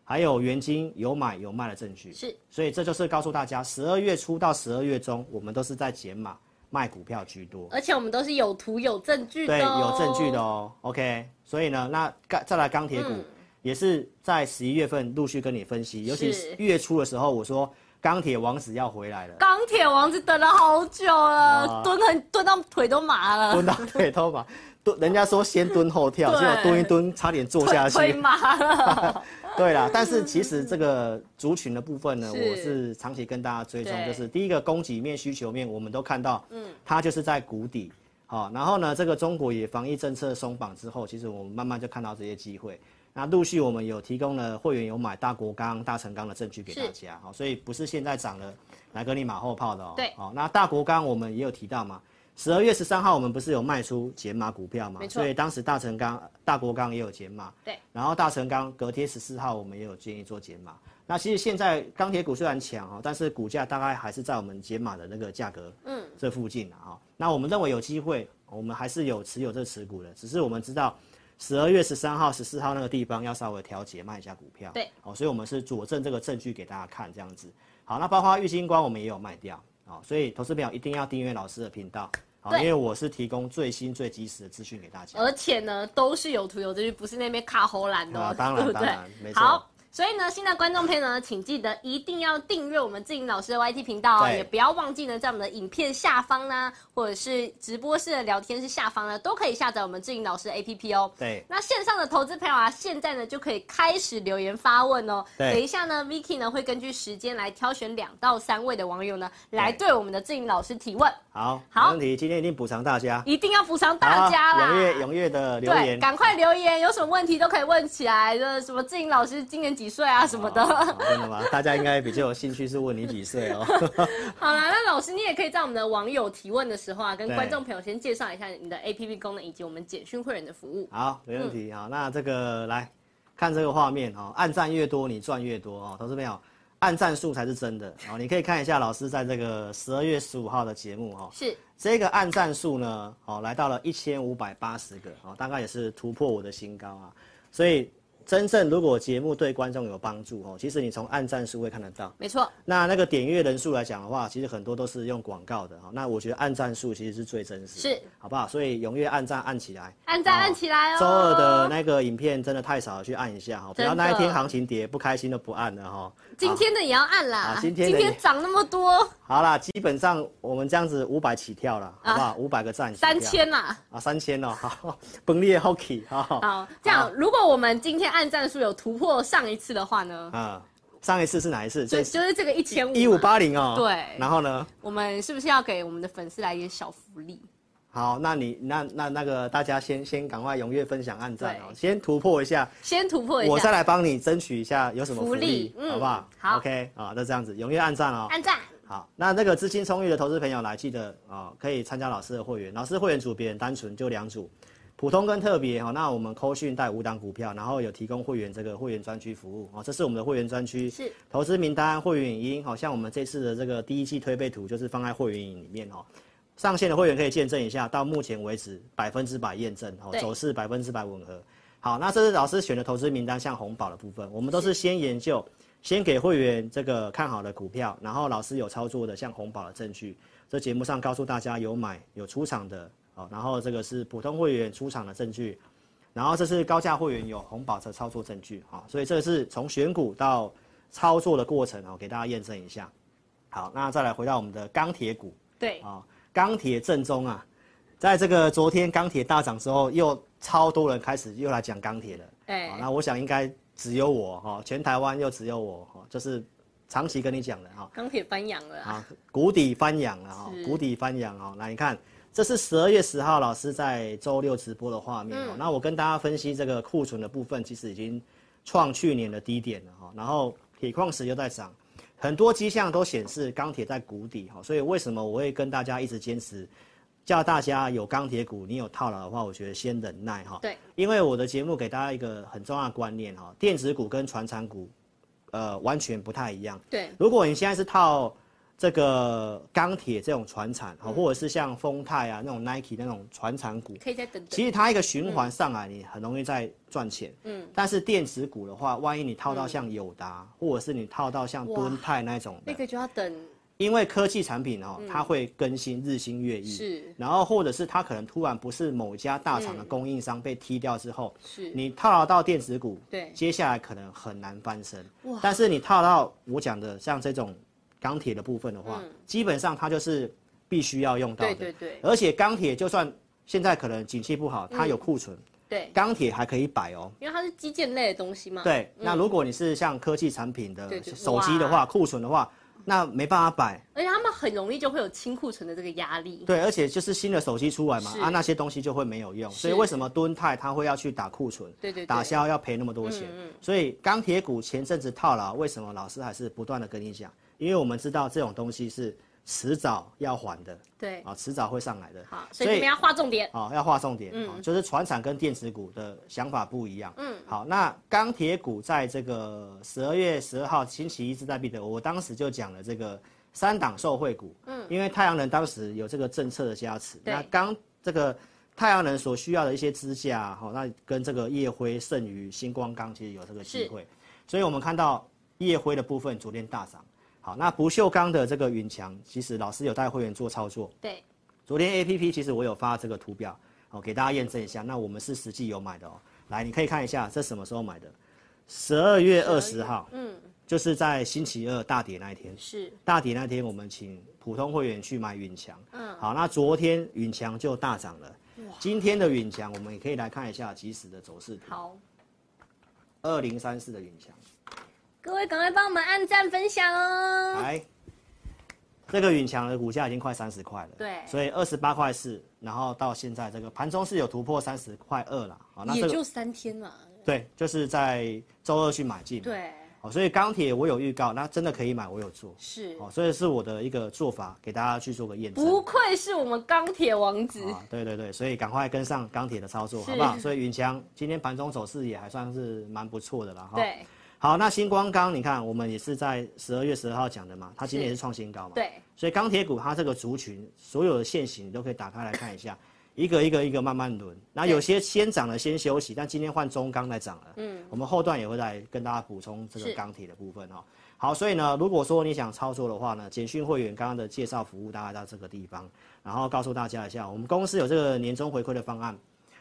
Speaker 3: 还有原金有买有卖的证据，
Speaker 2: 是，
Speaker 3: 所以这就是告诉大家，十二月初到十二月中，我们都是在减码卖股票居多，
Speaker 2: 而且我们都是有图有证据的、
Speaker 3: 对，有
Speaker 2: 哦，
Speaker 3: 证据的。哦，OK，所以呢，那钢再来钢铁股、也是在十一月份陆续跟你分析，尤其
Speaker 2: 嗯是
Speaker 3: 是月初的时候，我说钢铁王子要回来了。
Speaker 2: 钢铁王子等了好久了，
Speaker 3: 哇
Speaker 2: 蹲很蹲到腿都麻了
Speaker 3: 蹲，到腿都麻，蹲人家说先蹲后跳，
Speaker 2: 对
Speaker 3: 结果蹲一蹲差点坐下去。
Speaker 2: 腿麻了。
Speaker 3: 对啦，但是其实这个族群的部分呢，
Speaker 2: 是
Speaker 3: 我是长期跟大家追踪，
Speaker 2: 对
Speaker 3: 就是第一个供给面、需求面，我们都看到，嗯，它就是在谷底。好、然后呢，这个中国也防疫政策松绑之后，其实我们慢慢就看到这些机会。那陆续我们有提供了会员有买大国钢、大成钢的证据给大家，好、所以不是现在涨了来跟你马后炮的哦。
Speaker 2: 对
Speaker 3: 好、那大国钢我们也有提到嘛，十二月十三号我们不是有卖出解码股票嘛
Speaker 2: 没，错
Speaker 3: 所以当时大成钢、大国钢也有解码，
Speaker 2: 对，
Speaker 3: 然后大成钢隔天十四号我们也有建议做解码。那其实现在钢铁股虽然强哦，但是股价大概还是在我们解码的那个价格，嗯，这附近啊、哦。那我们认为有机会，我们还是有持有这持股的，只是我们知道十二月十三号、十四号那个地方要稍微调节卖一下股票，
Speaker 2: 对，
Speaker 3: 哦，所以我们是佐证这个证据给大家看这样子。好，那包括玉金光我们也有卖掉，哦，所以投资朋友一定要订阅老师的频道，好，
Speaker 2: 对呃
Speaker 3: 因为我是提供最新最及时的资讯给大家。
Speaker 2: 而且呢，都是有图有证据，不是那边卡喉兰的、哦
Speaker 3: 啊当然
Speaker 2: 对不对
Speaker 3: 当然没？错
Speaker 2: 好。所以呢，新的观众朋友呢，请记得一定要订阅我们志颖老师的 YT 频道哦，
Speaker 3: 对
Speaker 2: 也不要忘记呢，在我们的影片下方呢，或者是直播室的聊天室下方呢，都可以下载我们志颖老师的 APP 哦。
Speaker 3: 对，
Speaker 2: 那线上的投资朋友啊，现在呢就可以开始留言发问哦。
Speaker 3: 对
Speaker 2: 等一下呢，Vicky 呢会根据时间来挑选两到三位的网友呢，来
Speaker 3: 对
Speaker 2: 对我们的志颖老师提问，
Speaker 3: 好，
Speaker 2: 好
Speaker 3: 没问题，今天一定补偿大家。
Speaker 2: 一定要补偿大家啦！
Speaker 3: 好踊跃踊跃的留
Speaker 2: 对，
Speaker 3: 言，
Speaker 2: 赶快留言，有什么问题都可以问起来。就是什么志颖老师今年几岁啊什么的。
Speaker 3: 哦真的吗？大家应该比较有兴趣是问你几 岁哦。
Speaker 2: 好啦，那老师你也可以在我们的网友提问的时候啊，跟
Speaker 3: 对
Speaker 2: 观众朋友先介绍一下你的 APP 功能以及我们简讯会员的服务。
Speaker 3: 好，没问题。好，那这个来看这个画面哦，按赞越多你赚越多哦，投资朋友，按赞数才是真的哦。你可以看一下老师在这个十二月十五号的节目哦，
Speaker 2: 是
Speaker 3: 这个按赞数呢，哦，来到了一千五百八十个，哦，大概也是突破我的新高啊。所以真正如果节目对观众有帮助哦，其实你从按赞数会看得到。
Speaker 2: 没错，
Speaker 3: 那那个点阅人数来讲的话，其实很多都是用广告的哈。哦那我觉得按赞数其实是最真实的，
Speaker 2: 是
Speaker 3: 好不好？所以踊跃按赞按起来，
Speaker 2: 按赞
Speaker 3: 哦
Speaker 2: 按起来哦。
Speaker 3: 周二的那个影片真的太少了，去按一下哈，不要
Speaker 2: 真的
Speaker 3: 那一天行情跌不开心的不按了哈。
Speaker 2: 今天的也要按啦
Speaker 3: 啊，今天的也啊
Speaker 2: 涨那么多，
Speaker 3: 好啦，基本上我们这样子五百起跳了，好不好？五百个赞起跳，
Speaker 2: 啊三千啦。
Speaker 3: 啊，三千哦， 好，崩裂 hockey 哈。
Speaker 2: 好，这样如果我们今天按赞数有突破上一次的话呢，
Speaker 3: 啊，上一次是哪一次？
Speaker 2: 就
Speaker 3: 这
Speaker 2: 就是这个一千五
Speaker 3: 一五，八零哦。
Speaker 2: 对
Speaker 3: 然后呢？
Speaker 2: 我们是不是要给我们的粉丝来一点小福利？
Speaker 3: 好，那你那那那个大家先先赶快踊跃分享按赞哦，
Speaker 2: 对
Speaker 3: 先突破一下。
Speaker 2: 先突破一下，
Speaker 3: 我再来帮你争取一下有什么福利
Speaker 2: 福利，嗯
Speaker 3: 好不好？
Speaker 2: 好
Speaker 3: ，OK 啊，那这样子踊跃按赞哦。
Speaker 2: 按赞，
Speaker 3: 好，那那个资金充裕的投资朋友来，记得啊、可以参加老师的会员，老师会员组别很单纯，就两组，普通跟特别哈、那我们扣讯带五档股票，然后有提供会员这个会员专区服务哦，这是我们的会员专区。
Speaker 2: 是
Speaker 3: 投资名单、会员影音，好、像我们这次的这个第一季推背图就是放在会员影里面哦。上线的会员可以见证一下，到目前为止百分之百验证哦，
Speaker 2: 对
Speaker 3: 走势百分之百吻合。好，那这是老师选的投资名单，像红宝的部分，我们都是先研究，先给会员这个看好的股票，然后老师有操作的，像红宝的证据，这节目上告诉大家有买有出场的哦，然后这个是普通会员出场的证据，然后这是高价会员有红宝的操作证据啊、哦，所以这是从选股到操作的过程哦，给大家验证一下。好，那再来回到我们的钢铁股
Speaker 2: 对，
Speaker 3: 啊、哦，钢铁正宗啊，在这个昨天钢铁大涨之后，又超多人开始又来讲钢铁了。
Speaker 2: 哎、
Speaker 3: 好，那我想应该只有我哈，全台湾又只有我哈，就是长期跟你讲的哦哈，
Speaker 2: 钢铁翻扬了啊，
Speaker 3: 啊，谷底翻扬了哈
Speaker 2: 是，
Speaker 3: 谷底翻扬哦。那你看，这是十二月十号老师在周六直播的画面
Speaker 2: 嗯
Speaker 3: 哦。那我跟大家分析这个库存的部分，其实已经创去年的低点了哦哈。然后铁矿石又在涨，很多迹象都显示钢铁在谷底哈。所以为什么我会跟大家一直坚持？叫大家有钢铁股，你有套牢的话，我觉得先忍耐哈。
Speaker 2: 对，
Speaker 3: 因为我的节目给大家一个很重要的观念哈，电子股跟传产股，呃，完全不太一样。
Speaker 2: 对，
Speaker 3: 如果你现在是套这个钢铁这种船产，
Speaker 2: 嗯
Speaker 3: 好、或者是像丰泰啊那种 Nike 那种船产股，
Speaker 2: 可以再等等，
Speaker 3: 其实它一个循环上来，你很容易再赚钱。嗯，但是电子股的话，万一你套到像友达，或者是你套到像敦泰那种的
Speaker 2: 嗯那，个就要等，
Speaker 3: 因为科技产品哦，它会更新日新月异。
Speaker 2: 是
Speaker 3: 然后或者是它可能突然不是某家大厂的供应商被踢掉之后，
Speaker 2: 是，
Speaker 3: 你套牢到电子股，
Speaker 2: 对，
Speaker 3: 接下来可能很难翻身。但是你套到我讲的像这种钢铁的部分的话，基本上它就是必须要用到的。
Speaker 2: 对嗯对对
Speaker 3: 而且钢铁就算现在可能景气不好，它有库存，
Speaker 2: 嗯对，
Speaker 3: 钢铁还可以摆哦。
Speaker 2: 因为它是基建类的东西嘛，，
Speaker 3: 对，那如果你是像科技产品
Speaker 2: 嗯对
Speaker 3: 的
Speaker 2: 对
Speaker 3: 手机的话，
Speaker 2: 哇
Speaker 3: 库存的话，那没办法摆。
Speaker 2: 而且他们很容易就会有清库存的这个压力，
Speaker 3: 对，而且就是新的手机出来嘛
Speaker 2: 是，
Speaker 3: 啊，那些东西就会没有用。所以
Speaker 2: 是
Speaker 3: 为什么敦泰它会要去打库存？
Speaker 2: 对对对，嗯
Speaker 3: 打消要赔那么多钱。所以钢铁股前阵子套牢，为什么老师还是不断的跟你讲？因为我们知道这种东西是迟早要还的
Speaker 2: 对，
Speaker 3: 啊，迟早会上来的。
Speaker 2: 好，所以这边要划重点。
Speaker 3: 好、要划重点，哦就是船产跟电子股的想法不一样。嗯，好，那钢铁股在这个十二月十二号星期一自在必得，我当时就讲了这个三档受惠股。嗯，因为太阳能当时有这个政策的加持，
Speaker 2: 对
Speaker 3: 那钢这个太阳能所需要的一些支架，好、那跟这个夜辉、剩余、星光钢其实有这个机会，所以我们看到夜辉的部分昨天大涨。好，那不锈钢的这个云强，其实老师有带会员做操作。
Speaker 2: 对，
Speaker 3: 昨天 A P P 其实我有发这个图表，哦，给大家验证一下。那我们是实际有买的哦。来，你可以看一下，这什么时候买的？十二月二十号，嗯，就是在星期二大跌那一天。
Speaker 2: 是
Speaker 3: 大跌那天，我们请普通会员去买允强。嗯，好，那昨天允强就大涨了。今天的允强，我们也可以来看一下即时的走势图。
Speaker 2: 好。
Speaker 3: 二零三四的允强。
Speaker 2: 各位赶快帮我们按赞分享哦！
Speaker 3: 来，这个允强的股价已经快三十块了，
Speaker 2: 对
Speaker 3: 所以二十八块四，然后到现在这个盘中是有突破三十块二了，好，那这
Speaker 2: 也
Speaker 3: 个
Speaker 2: 就三天嘛，
Speaker 3: 对，就是在周二去买进，，
Speaker 2: 对，
Speaker 3: 好，所以钢铁我有预告，那真的可以买，我有做，
Speaker 2: 是，
Speaker 3: 哦，所以是我的一个做法，给大家去做个验证。
Speaker 2: 不愧是我们钢铁王子，
Speaker 3: 啊，对对对，所以赶快跟上钢铁的操作，
Speaker 2: 是
Speaker 3: 好不好？所以云强今天盘中走势也还算是蛮不错的啦，哈。
Speaker 2: 对
Speaker 3: 好，那星光钢，你看我们也是在十二月十二号讲的嘛，它今天也是创新高嘛。
Speaker 2: 对，
Speaker 3: 所以钢铁股它这个族群所有的线型，你都可以打开来看一下，一个一个一个慢慢轮。那有些先涨了先休息，但今天换中钢来涨了。嗯，我们后段也会来跟大家补充这个
Speaker 2: 是
Speaker 3: 钢铁的部分哈、好，所以呢，如果说你想操作的话呢，简讯会员刚刚的介绍服务大概到这个地方，然后告诉大家一下，我们公司有这个年终回馈的方案。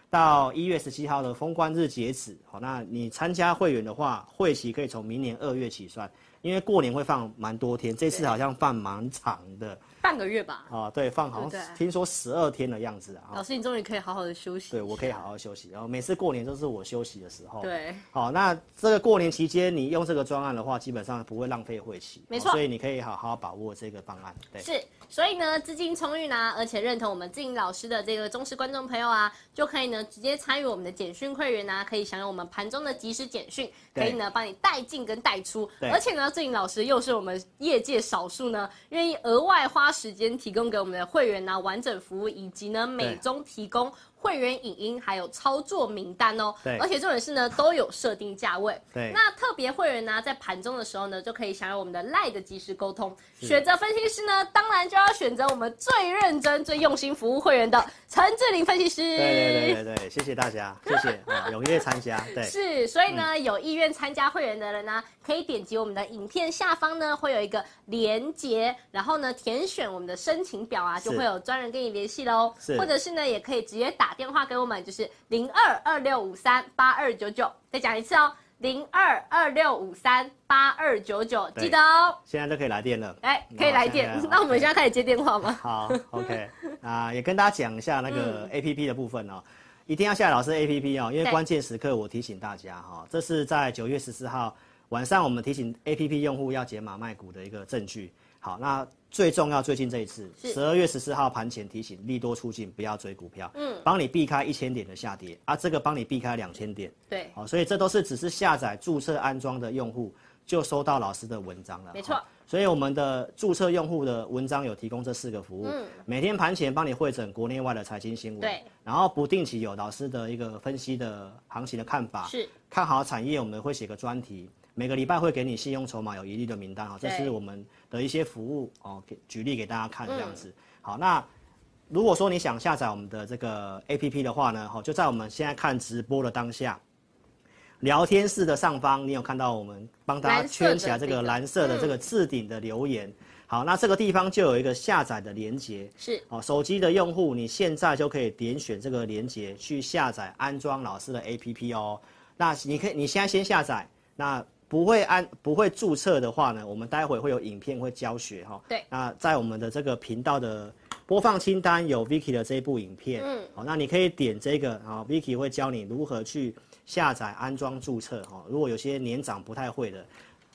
Speaker 3: 到一月十七号的封关日截止，好，那你参加会员的话，会期可以从明年二月起算，因为过年会放蛮多天，这次好像放蛮长的，
Speaker 2: 半个月吧。
Speaker 3: 啊，对，放好
Speaker 2: 对不
Speaker 3: 像
Speaker 2: 对哦
Speaker 3: 听说十二天的样子啊。
Speaker 2: 老师，你终于可以好好的休息。
Speaker 3: 对，我可以好。好休息。然啊后每次过年都是我休息的时候。，
Speaker 2: 对，
Speaker 3: 好，那这个过年期间你用这个专案的话，基本上不会浪费会期。
Speaker 2: 没
Speaker 3: 哦
Speaker 2: 错
Speaker 3: 所以你可以好好把握这个方案。对，
Speaker 2: 是，所以呢，资金充裕呢，而且认同我们志颖老师的这个忠实观众朋友啊，就可以呢直接参与我们的简讯会员啊，可以享有我们盘中的即时简讯，可
Speaker 3: 对
Speaker 2: 以呢帮你带进跟带出，
Speaker 3: 对
Speaker 2: 而且呢，志颖老师又是我们业界少数呢愿意额外花时间提供给我们的会员呢啊完整服务，以及呢每
Speaker 3: 对
Speaker 2: 中提供。会员影音还有操作名单哦，
Speaker 3: 对
Speaker 2: 而且重点是呢，都有设定价位，
Speaker 3: 对
Speaker 2: 那特别会员呢，在盘中的时候呢，就可以享有我们的赖的及时沟通。选择分析师呢，当然就要选择我们最认真、最用心服务会员的陈志玲分析师。
Speaker 3: 对对对对对，谢谢大家，谢谢啊，踊跃参加。对，
Speaker 2: 是，所以
Speaker 3: 嗯
Speaker 2: 呢，有意愿参加会员的人呢，可以点击我们的影片下方呢，会有一个连接，然后呢，填选我们的申请表啊，
Speaker 3: 是
Speaker 2: 就会有专人跟你联系喽。
Speaker 3: 是
Speaker 2: 或者是呢，也可以直接打电话给我们，就是零二二六五三八二九九。再讲一次哦，零二二六五三八二九九，
Speaker 3: 对嗯
Speaker 2: 记得哦。
Speaker 3: 现在都可以来电了。
Speaker 2: 哎，可以来电
Speaker 3: 那我现 在。
Speaker 2: 那我们现在开始接电话吗？嗯
Speaker 3: 好 ，OK，啊，也跟大家讲一下那个 APP 的部分哦，一定要下载老师的 APP 哦，因为
Speaker 2: 对
Speaker 3: 关键时刻我提醒大家哈、这是在九月十四号晚上我们提醒 APP 用户要解码卖股的一个证据。好，那最重要最近这一次，
Speaker 2: 是
Speaker 3: 十二月十四号盘前提醒利多出尽，不要追股票，嗯，帮你避开一千点的下跌啊，这个帮你避开两千点，
Speaker 2: 对，
Speaker 3: 好、所以这都是只是下载、注册、安装的用户就收到老师的文章了。
Speaker 2: 没错
Speaker 3: 好所以我们的注册用户的文章有提供这四个服务，每天盘前帮你汇整国内外的财经新
Speaker 2: 嗯
Speaker 3: 闻，
Speaker 2: 对，
Speaker 3: 然后不定期有老师的一个分析的行情的看法，
Speaker 2: 是
Speaker 3: 看好产业，我们会写个专题。每个礼拜会给你信用筹码有疑虑的名单啊，这
Speaker 2: 对
Speaker 3: 是我们的一些服务哦，给举例给大家看这样子。好，那如果说你想下载我们的这个 APP 的话呢，好，就在我们现在看直播的当下，聊天室的上方，你有看到我们帮大家圈起来这个蓝色的这个嗯置顶的留言。好，那这个地方就有一个下载的连接。
Speaker 2: 是
Speaker 3: 哦，手机的用户，你现在就可以点选这个连接去下载安装老师的 APP 哦。那你可以，你现在先下载，那不会安不会注册的话呢，我们待会会有影片会教学哈、
Speaker 2: 对
Speaker 3: 那在我们的这个频道的播放清单有 Vicky 的这一部影片，嗯，好、那你可以点这个啊、v i c k y 会教你如何去下载、安装、注册哈、如果有些年长不太会的。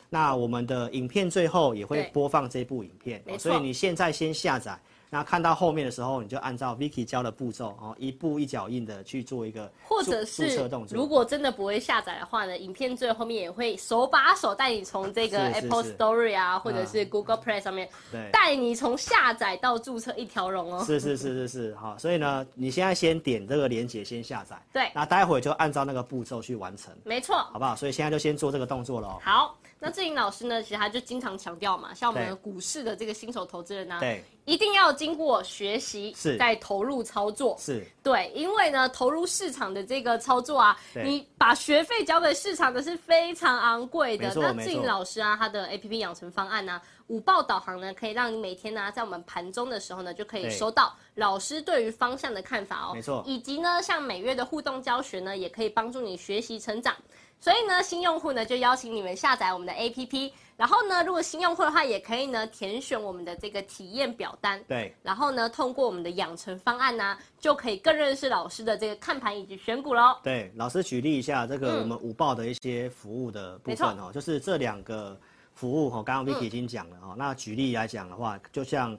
Speaker 3: 那我们的影片最后也会
Speaker 2: 对
Speaker 3: 播放这部影片，
Speaker 2: 没
Speaker 3: 所以
Speaker 2: 错
Speaker 3: 你现在先下载，那看到后面的时候，你就按照 Vicky 教的步骤哦，一步一脚印的去做一个
Speaker 2: 或者
Speaker 3: 注注
Speaker 2: 是
Speaker 3: 册动作。
Speaker 2: 如果真的不会下载的话呢，影片最后面也会手把手带你从这个
Speaker 3: 是是
Speaker 2: Apple
Speaker 3: 是
Speaker 2: Story 啊，或者
Speaker 3: 嗯
Speaker 2: 是 Google Play 上面
Speaker 3: 对，
Speaker 2: 带你从下载到注册一条龙哦。
Speaker 3: 是是是是是，好，所以呢，你现在先点这个链接先下载，
Speaker 2: 对
Speaker 3: 那待会就按照那个步骤去完成，
Speaker 2: 没错，
Speaker 3: 好不好？所以现在就先做这个动作喽。
Speaker 2: 好，那志颖老师呢，其实他就经常强调嘛，像我
Speaker 3: 对
Speaker 2: 们股市的这个新手投资人呢、
Speaker 3: 对，
Speaker 2: 一定要经过学习，
Speaker 3: 是
Speaker 2: 再投入操作。
Speaker 3: 是，
Speaker 2: 对，因为呢，投入市场的这个操作啊，
Speaker 3: 对
Speaker 2: 你把学费交给市场的是非常昂贵的
Speaker 3: 没。错
Speaker 2: 那
Speaker 3: 没
Speaker 2: 志颖
Speaker 3: 错
Speaker 2: 老师啊，他的 A P P 养成方案呢、五报导航呢，可以让你每天呢、在我们盘中的时候呢，就可以
Speaker 3: 对
Speaker 2: 收到老师对于方向的看法哦。
Speaker 3: 没错
Speaker 2: 以及呢，像每月的互动教学呢，也可以帮助你学习成长。所以呢，新用户呢就邀请你们下载我们的 A P P，然后呢，如果新用户的话，也可以呢填选我们的这个体验表单。
Speaker 3: 对，
Speaker 2: 然后呢，通过我们的养成方案呢、就可以更认识老师的这个看盘以及选股喽。
Speaker 3: 对，老师举例一下这个
Speaker 2: 嗯
Speaker 3: 我们五报的一些服务的部分哦，就是这两个服务哦，刚刚 Vicky 已经讲了哦。那举例来讲的话，就像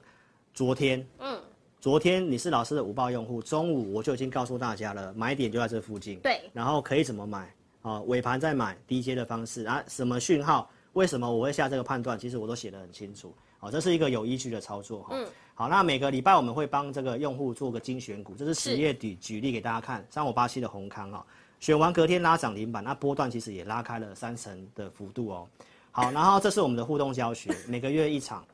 Speaker 3: 昨天，
Speaker 2: 嗯，
Speaker 3: 昨天你是老师的五报用户，中午我就已经告诉大家了，买点就在这附近，
Speaker 2: 对，
Speaker 3: 然后可以怎么买哦，尾盘再买低阶的方式啊，什么讯号，为什么我会下这个判断，其实我都写得很清楚。哦，这是一个有依据的操作哈。
Speaker 2: 嗯
Speaker 3: 好，那每个礼拜我们会帮这个用户做个精选股，这是
Speaker 2: 是
Speaker 3: 十月底举例给大家看，三五八七的红康哦，选完隔天拉涨停板，那波段其实也拉开了三成的幅度哦。好，然后这是我们的互动教学，每个月一场。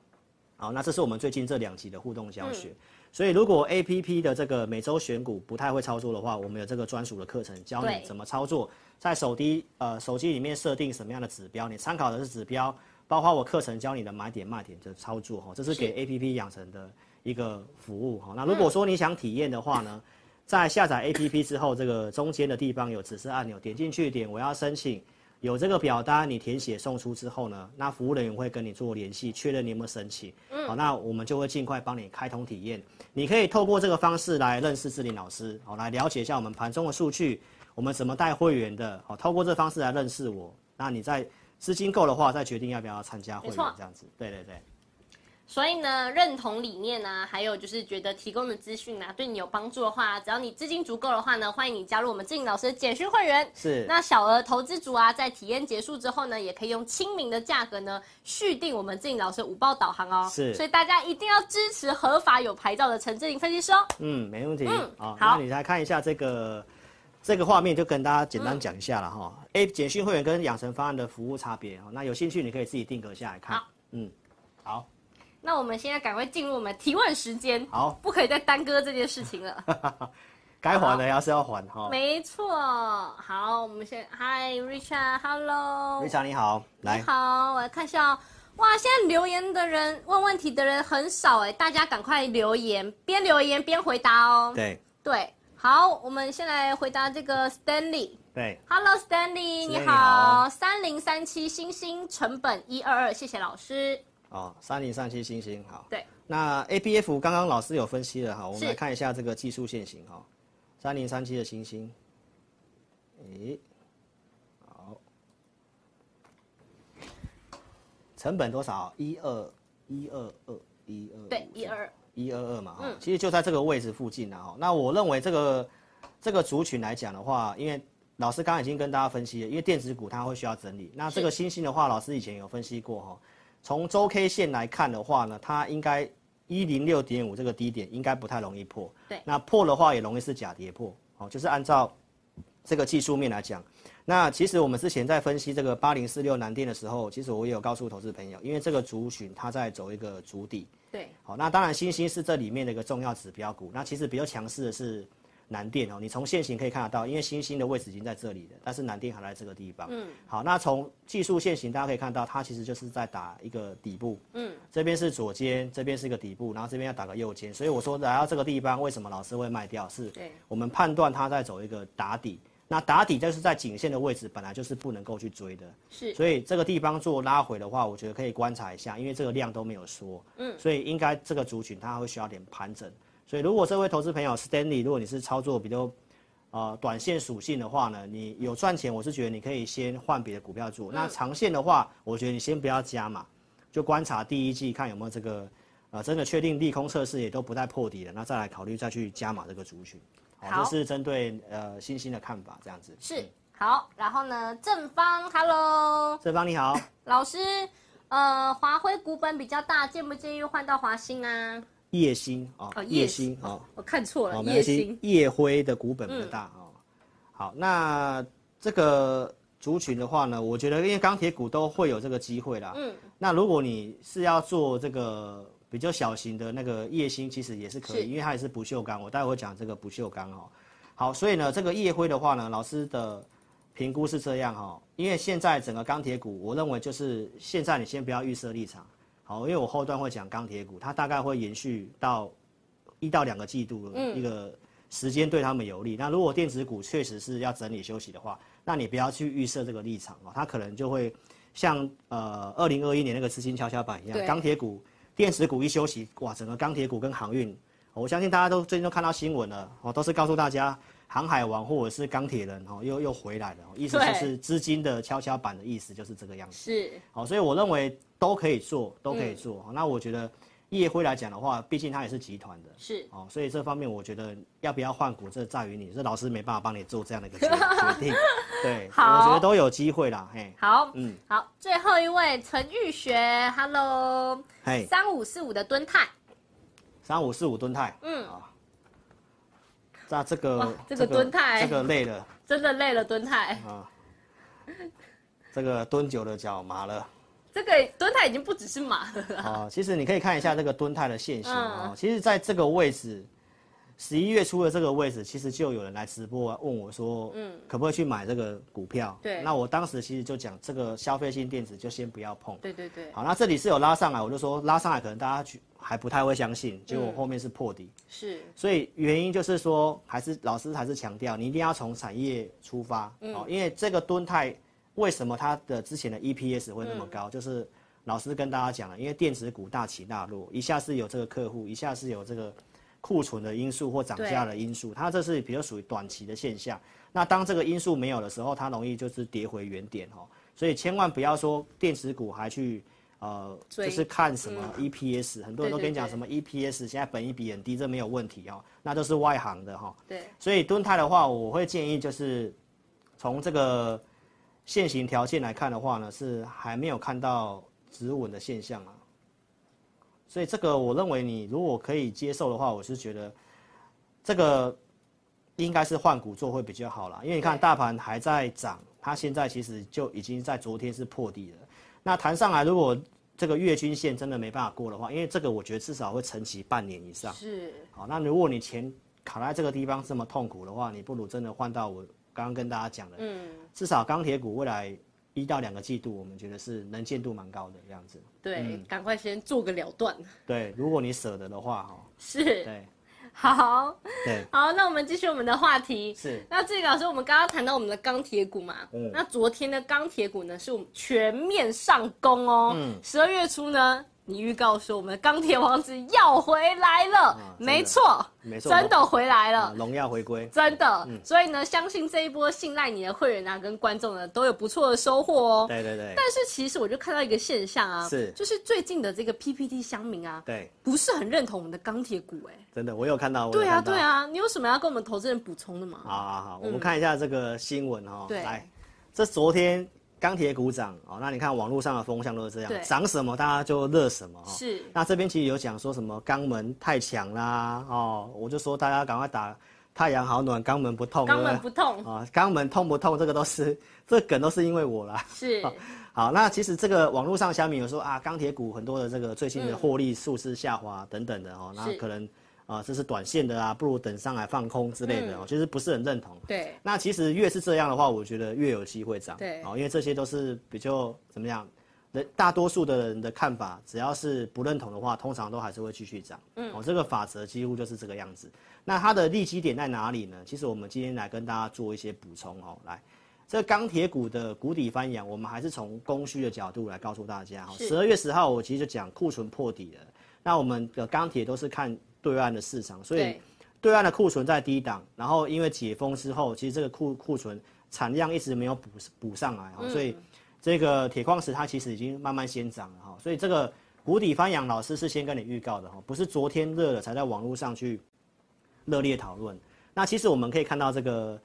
Speaker 3: 好，那这是我们最近这两集的互动教学。所以，如果 A P P 的这个每周选股不太会操作的话，我们有这个专属的课程教
Speaker 2: 对
Speaker 3: 你怎么操作，在手机呃手机里面设定什么样的指标，你参考的是指标，包括我课程教你的买点卖点的操作哈，这是给 A P P 养成的一个服务哈。那如果说你想体验的话呢，在下载 A P P 之后，这个中间的地方有指示按钮，点进去点我要申请。有这个表单，你填写送出之后呢，那服务人员会跟你做联系，确认你有没有申请。
Speaker 2: 嗯
Speaker 3: 好，那我们就会尽快帮你开通体验。你可以透过这个方式来认识志玲老师，好，来了解一下我们盘中的数据，我们怎么带会员的，好，透过这方式来认识我。那你在资金够的话，再决定要不要参加会
Speaker 2: 没
Speaker 3: 员
Speaker 2: 错
Speaker 3: 这样子。对对对，
Speaker 2: 所以呢，认同理念啊，还有就是觉得提供的资讯啊，对你有帮助的话，只要你资金足够的话呢，欢迎你加入我们志颖老师的简讯会员。
Speaker 3: 是。
Speaker 2: 那小额投资族啊，在体验结束之后呢，也可以用亲民的价格呢续订我们志颖老师的五报导航哦。
Speaker 3: 是
Speaker 2: 所以大家一定要支持合法有牌照的陈志颖分析师哦。
Speaker 3: 嗯，没问题。
Speaker 2: 嗯
Speaker 3: 好，
Speaker 2: 好
Speaker 3: 那你来看一下这个这个画面，就跟大家简单讲一下
Speaker 2: 嗯
Speaker 3: 了哈。A 简讯会员跟养成方案的服务差别哦，那有兴趣你可以自己定格下来看
Speaker 2: 好。
Speaker 3: 嗯，好，
Speaker 2: 那我们现在赶快进入我们提问时间，
Speaker 3: 好，
Speaker 2: 不可以再耽搁这件事情了。
Speaker 3: 该还的要是要还哈。
Speaker 2: 没错，好，我们先嗨，Richard，Hello，
Speaker 3: 瑞强你好，
Speaker 2: 你
Speaker 3: 来，
Speaker 2: 好，我来看一下哦。哇，现在留言的人问问题的人很少哎，大家赶快留言，边留言边回答哦。
Speaker 3: 对
Speaker 2: 对，好，我们先来回答这个 Stanley。
Speaker 3: 对，
Speaker 2: Hello Stanley，你
Speaker 3: 你
Speaker 2: 好，
Speaker 3: 好
Speaker 2: 三零三七星星成本一二二，谢谢老师。
Speaker 3: 哦，三零三七星星好。
Speaker 2: 对，
Speaker 3: 那 A B F 刚刚老师有分析了哈，我
Speaker 2: 是
Speaker 3: 们来看一下这个技术线型哈，三零三七的星星，诶，好，成本多少？一二一二二一二
Speaker 2: 对，一二
Speaker 3: 一二二嘛哈
Speaker 2: 嗯，
Speaker 3: 其实就在这个位置附近啊哈。那我认为这个这个族群来讲的话，因为老师刚刚已经跟大家分析了，因为电子股它会需要整理。那这个星星的话，老师以前有分析过哈，从周 K 线来看的话呢，它应该一零六点五这个低点应该不太容易破。
Speaker 2: 对
Speaker 3: 那破的话也容易是假跌破哦，就是按照这个技术面来讲。那其实我们之前在分析这个八零四六南电的时候，其实我也有告诉投资朋友，因为这个族群它在走一个主底，
Speaker 2: 对，
Speaker 3: 好，那当然新兴是这里面的一个重要指标股。那其实比较强势的是南电哦，你从现形可以看得到，因为新兴的位置已经在这里了，但是南电还在这个地方。嗯，好，那从技术线型大家可以看到，它其实就是在打一个底部。嗯，这边是左肩，这边是一个底部，然后这边要打个右肩。所以我说来到这个地方，为什么老师会卖掉？是
Speaker 2: 对
Speaker 3: 我们判断它在走一个打底。那打底就是在颈线的位置，本来就是不能够去追的。
Speaker 2: 是
Speaker 3: 所以这个地方做拉回的话，我觉得可以观察一下，因为这个量都没有缩，嗯，所以应该这个族群它会需要点盘整。所以如果这位投资朋友 Stanley，如果你是操作比较呃短线属性的话呢，你有赚钱，我是觉得你可以先换别的股票
Speaker 2: 嗯
Speaker 3: 做。那长线的话，我觉得你先不要加嘛，就观察第一季看有没有这个呃真的确定利空测试也都不太破底了，那再来考虑再去加码这个族群。
Speaker 2: 好
Speaker 3: 这是针对呃新兴的看法这样子。
Speaker 2: 是
Speaker 3: 嗯，
Speaker 2: 好，然后呢，正方，Hello，
Speaker 3: 正方你好，
Speaker 2: 老师，呃，华辉股本比较大，建不建议换到华兴啊？
Speaker 3: 叶星哦
Speaker 2: 哦，
Speaker 3: 叶
Speaker 2: 叶
Speaker 3: 星哦，
Speaker 2: 我看错了，嗯
Speaker 3: 哦，没
Speaker 2: 叶
Speaker 3: 关系
Speaker 2: 星，，
Speaker 3: 夜辉的股本比较大、哦。好，那这个族群的话呢，我觉得因为钢铁股都会有这个机会啦。
Speaker 2: 嗯，
Speaker 3: 那如果你是要做这个比较小型的那个夜星，其实也是可
Speaker 2: 是
Speaker 3: 以，因为它也是不锈钢。我待会会讲这个不锈钢哦。好，所以呢，这个夜辉的话呢，老师的评估是这样哈、哦，因为现在整个钢铁股，我认为就是现在你先不要预设立场，好，因为我后段会讲钢铁股，它大概会延续到一到两个季度的
Speaker 2: 嗯
Speaker 3: 一个时间对他们有利。那如果电子股确实是要整理休息的话，那你不要去预设这个立场哦，它可能就会像呃二零二一年那个资金跷跷板一样，
Speaker 2: 对
Speaker 3: 钢铁股、电子股一休息，哇，整个钢铁股跟航运，哦我相信大家都最近都看到新闻了，哦，都是告诉大家航海王或者是钢铁人哦，又又回来了，哦意思
Speaker 2: 对
Speaker 3: 就是资金的跷跷板的意思就是这个样子。
Speaker 2: 是
Speaker 3: 好，所以我认为都可以做，都
Speaker 2: 嗯
Speaker 3: 可以做。好那我觉得业辉来讲的话，毕竟它也是集团的，
Speaker 2: 是，
Speaker 3: 哦，所以这方面我觉得要不要换股，这在于你，这老师没办法帮你做这样的 一个决决定。对，
Speaker 2: 好
Speaker 3: 我觉得都有机会啦，嘿，
Speaker 2: 好，
Speaker 3: 嗯，
Speaker 2: 好，最后一位陈玉学，Hello，
Speaker 3: 嘿，
Speaker 2: 三五四五的敦泰，
Speaker 3: 三五四五吨泰，
Speaker 2: 嗯
Speaker 3: 啊，那这
Speaker 2: 哇
Speaker 3: 个
Speaker 2: 这个敦泰
Speaker 3: 这个累了
Speaker 2: 真的累了敦泰，
Speaker 3: 啊，这个蹲久了脚麻了。
Speaker 2: 这个敦泰已经不只是马 了啦，
Speaker 3: 啊、其实你可以看一下这个蹲泰的线型啊、
Speaker 2: 嗯
Speaker 3: 哦其实在这个位置，十一月初的这个位置，其实就有人来直播啊问我说，嗯，可不可以去买这个股票？
Speaker 2: 对
Speaker 3: 那我当时其实就讲，这个消费性电子就先不要碰。
Speaker 2: 对对对，
Speaker 3: 好，那这里是有拉上来，我就说拉上来可能大家去还不太会相信，结
Speaker 2: 嗯
Speaker 3: 果后面是破底，
Speaker 2: 是
Speaker 3: 所以原因就是说，还是老师还是强调，你一定要从产业出发、哦，因为这个敦泰为什么它的之前的 EPS 会那么高，就是老师跟大家讲了，因为电子股大起大落，一下是有这个客户，一下是有这个库存的因素或涨价的因素，它这是比较属于短期的现象。那当这个因素没有的时候，它容易就是跌回原点哦，所以千万不要说电子股还去。呃，
Speaker 2: 追
Speaker 3: 就是看什么 EPS，、很多人
Speaker 2: 对
Speaker 3: 都
Speaker 2: 对
Speaker 3: 跟
Speaker 2: 对
Speaker 3: 你讲什么 EPS，现在本益比很低，这没有问题哦，那都是外行的哈、
Speaker 2: 对，
Speaker 3: 所以蹲泰的话，我会建议就是从这个现行条件来看的话呢，是还没有看到止稳的现象啊。所以这个我认为你如果可以接受的话，我是觉得这个应该是换股做会比较好啦，因为你看
Speaker 2: 对
Speaker 3: 大盘还在涨，它现在其实就已经在昨天是破底了。那弹上来，如果这个月均线真的没办法过的话，因为这个我觉得至少会沉寂半年以上。
Speaker 2: 是
Speaker 3: 好，那如果你钱卡在这个地方这么痛苦的话，你不如真的换到我刚刚跟大家讲的，
Speaker 2: 嗯，
Speaker 3: 至少钢铁股未来一到两个季度，我们觉得是能见度蛮高的这样子。
Speaker 2: 对，
Speaker 3: 嗯
Speaker 2: 赶快先做个了断，
Speaker 3: 对，如果你舍得的话，哈，
Speaker 2: 是，
Speaker 3: 对
Speaker 2: 好，
Speaker 3: 对
Speaker 2: 好，那我们继续我们的话题。
Speaker 3: 是，
Speaker 2: 那志宇老师，我们刚刚谈到我们的钢铁股嘛，
Speaker 3: 嗯
Speaker 2: 那昨天的钢铁股呢，是我们全面上攻哦。
Speaker 3: 嗯
Speaker 2: 十二月初呢，你预告说我们的钢铁王子要回来了，
Speaker 3: 啊真的
Speaker 2: 没错，
Speaker 3: 没错，嗯
Speaker 2: 真的回来了
Speaker 3: 啊，。荣耀回归，
Speaker 2: 真的，所以呢，相信这一波信赖你的会员啊，跟观众呢都有不错的收获哦。
Speaker 3: 对对对
Speaker 2: 但是其实我就看到一个现象啊，
Speaker 3: 是
Speaker 2: 就是最近的这个 PPT 乡民啊，
Speaker 3: 对，
Speaker 2: 不是很认同我们的钢铁股哎、
Speaker 3: 真的，我有看到，我有
Speaker 2: 对啊，
Speaker 3: 看到
Speaker 2: 对。啊，你有什么要跟我们投资人补充的吗？
Speaker 3: 好好好，我们看一下这个新闻哈、
Speaker 2: 嗯对
Speaker 3: 来，这昨天钢铁股涨哦，那你看网络上的风向都是这
Speaker 2: 对
Speaker 3: 样，涨什么大家就热什么哈、哦。
Speaker 2: 是
Speaker 3: 那这边其实有讲说什么肛门太强啦，哦，我就说大家赶快打太阳好暖，肛门不痛，
Speaker 2: 肛门
Speaker 3: 对
Speaker 2: 不
Speaker 3: 不
Speaker 2: 痛
Speaker 3: 对啊，肛门痛不痛？这个都是 这梗都是因为我啦。
Speaker 2: 是
Speaker 3: 好，那其实这个网络上虾米有说啊，钢铁股很多的这个最近的获利数字下滑等等的哦，那
Speaker 2: 是
Speaker 3: 可能啊、这是短线的啊，不如等上来放空之类
Speaker 2: 嗯
Speaker 3: 的哦，其实不是很认同。
Speaker 2: 对
Speaker 3: 那其实越是这样的话，我觉得越有机会涨。
Speaker 2: 对
Speaker 3: 哦，因为这些都是比较怎么样，人大多数的人的看法，只要是不认同的话，通常都还是会继续涨。嗯，哦，这个法则几乎就是这个样子。那它的利基点在哪里呢？其实我们今天来跟大家做一些补充哦，来。这钢铁股的谷底翻扬，我们还是从供需的角度来告诉大家。哦
Speaker 2: 是
Speaker 3: 十二月十号，我其实就讲库存破底了。那我们的钢铁都是看对岸的市场，所以
Speaker 2: 对
Speaker 3: 对岸的库存在低档，然后因为解封之后，其实这个库库存产量一直没有补补上来哈、所以这个铁矿石它其实已经慢慢先涨了哈、所以这个谷底翻扬老师是先跟你预告的哈，不是昨天热了才在网络上去热烈讨论。那其实我们可以看到这个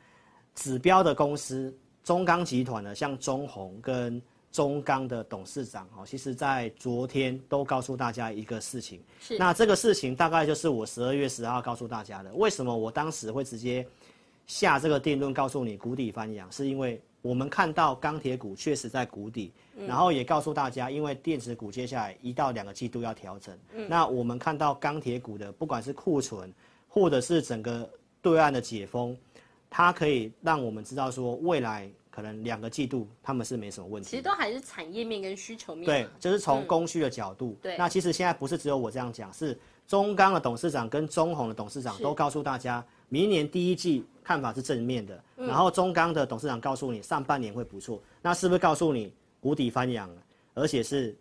Speaker 3: 指标的公司中钢集团呢，像中红跟中钢的董事长哦，其实在昨天都告诉大家一个事情。
Speaker 2: 是
Speaker 3: 那这个事情大概就是我十二月十号告诉大家的。为什么我当时会直接下这个定论，告诉你谷底翻扬，是因为我们看到钢铁股确实在谷底，然后也告诉大家，因为电子股接下来一到两个季度要调整。那我们看到钢铁股的不管是库存，或者是整个对岸的解封，它可以让我们知道说未来可能两个季度他们是没什么问题的。
Speaker 2: 其实都还是产业面跟需求面。嗯
Speaker 3: 对，，就是从供需的角度。
Speaker 2: 对
Speaker 3: 那其实现在不是只有我这样讲，是中钢的董事长跟中宏的董事长
Speaker 2: 是
Speaker 3: 都告诉大家，明年第一季看法是正面的。
Speaker 2: 嗯
Speaker 3: 然后中钢的董事长告诉你，上半年会不错。那是不是告诉你谷底翻扬了，而且是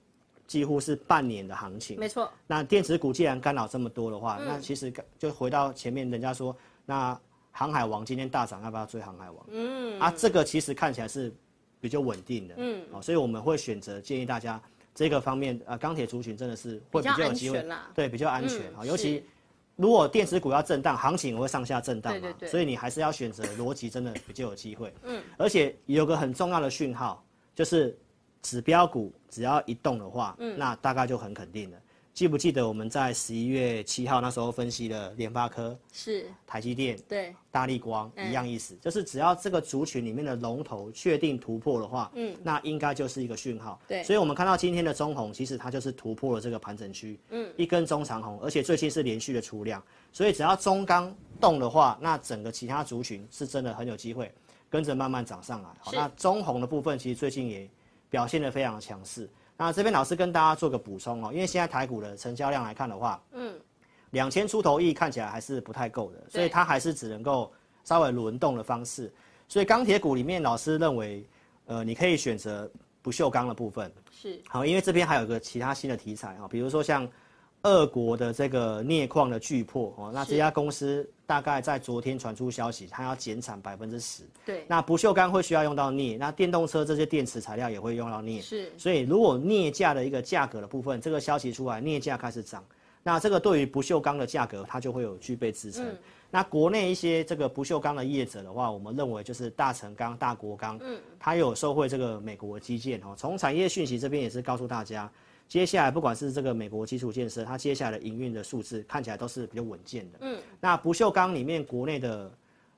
Speaker 3: 几乎是半年的行情？
Speaker 2: 没错，
Speaker 3: 那电子股既然干扰这么多的话，那其实就回到前面人家说，那航海王今天大涨，要不要追航海王？嗯，啊，这个其实看起来是比较稳定的，嗯，哦，所以我们会选择建议大家这个方面，呃，钢铁族群真的是会比较有机
Speaker 2: 比较安
Speaker 3: 会
Speaker 2: 全啦，
Speaker 3: 对，比较安全
Speaker 2: 嗯
Speaker 3: 啊、哦尤
Speaker 2: 是
Speaker 3: 其。如果电子股要震荡，行情也会上下震荡嘛，
Speaker 2: 对对对
Speaker 3: 所以你还是要选择逻辑，真的比较有机会。嗯，而且有个很重要的讯号，就是指标股只要一动的话，
Speaker 2: 嗯
Speaker 3: 那大概就很肯定了。记不记得我们在十一月七号那时候分析了联发科、
Speaker 2: 是，
Speaker 3: 台积电、
Speaker 2: 对，
Speaker 3: 大力光一样意思，就是只要这个族群里面的龙头确定突破的话，嗯，那应该就是一个讯号。
Speaker 2: 对
Speaker 3: 所以我们看到今天的中红，其实它就是突破了这个盘整区，嗯，一根中长红，而且最近是连续的出量，所以只要中钢动的话，那整个其他族群是真的很有机会跟着慢慢涨上来。好，
Speaker 2: 是
Speaker 3: 那中红的部分其实最近也表现得非常强势。那这边老师跟大家做个补充哦，因为现在台股的成交量来看的话，两千出头亿看起来还是不太够的，所以它还是只能够稍微轮动的方式。所以钢铁股里面，老师认为，呃，你可以选择不锈钢的部分。
Speaker 2: 是，
Speaker 3: 好，因为这边还有个其他新的题材啊、比如说像俄国的这个镍矿的巨破哦，那
Speaker 2: 是
Speaker 3: 这家公司大概在昨天传出消息，它要减产百分之十。
Speaker 2: 对，
Speaker 3: 那不锈钢会需要用到镍，那电动车这些电池材料也会用到镍。
Speaker 2: 是，
Speaker 3: 所以如果镍价的一个价格的部分，这个消息出来，镍价开始涨，那这个对于不锈钢的价格，它就会有具备支撑。那国内一些这个不锈钢的业者的话，我们认为就是大成钢、大国钢，嗯，它有受惠这个美国基建哦。从产业讯息这边也是告诉大家，接下来不管是这个美国基础建设，它接下来的营运的数字看起来都是比较稳健的。嗯，那不锈钢里面国内的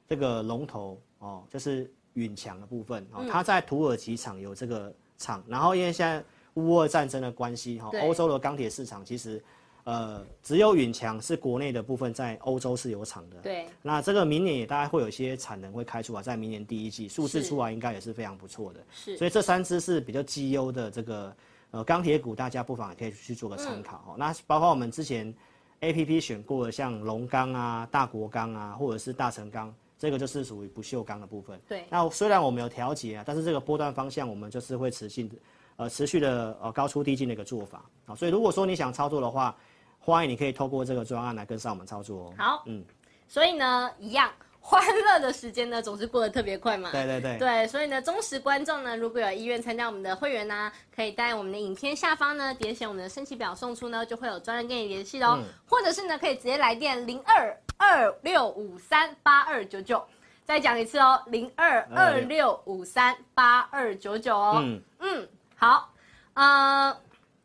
Speaker 3: 这个龙头哦，就是允强的部分
Speaker 2: 嗯
Speaker 3: 哦，它在土耳其厂有这个厂，然后因为现在乌俄战争的关系哈，
Speaker 2: 对
Speaker 3: 欧洲的钢铁市场其实呃只有允强是国内的部分在欧洲是有厂的，
Speaker 2: 对，
Speaker 3: 那这个明年也大概会有一些产能会开出来，在明年第一季数字
Speaker 2: 是
Speaker 3: 出来应该也是非常不错的，
Speaker 2: 是
Speaker 3: 所以这三只是比较绩优的这个呃钢铁股，大家不妨也可以去做个参考、
Speaker 2: 嗯
Speaker 3: 哦。那包括我们之前 A P P 选过的像龙钢啊、大国钢啊，或者是大成钢，这个就是属于不锈钢的部分。
Speaker 2: 对
Speaker 3: 那虽然我们有调节啊，但是这个波段方向我们就是会持续的呃持续的呃高出低进的一个做法啊、所以如果说你想操作的话，欢迎你可以透过这个专案来跟上我们操作哦。
Speaker 2: 好，
Speaker 3: 嗯，
Speaker 2: 所以呢，一样。欢乐的时间呢，总是过得特别快嘛。
Speaker 3: 对对对
Speaker 2: 对，所以呢，忠实观众呢，如果有意愿参加我们的会员呢、可以在我们的影片下方呢点选我们的申请表送出呢，就会有专人跟你联系
Speaker 3: 嗯
Speaker 2: 哦。或者是呢，可以直接来电零二二六五三八二九九。再讲一次哦，零二二六五三八二九九哦。
Speaker 3: 嗯，
Speaker 2: 好，呃，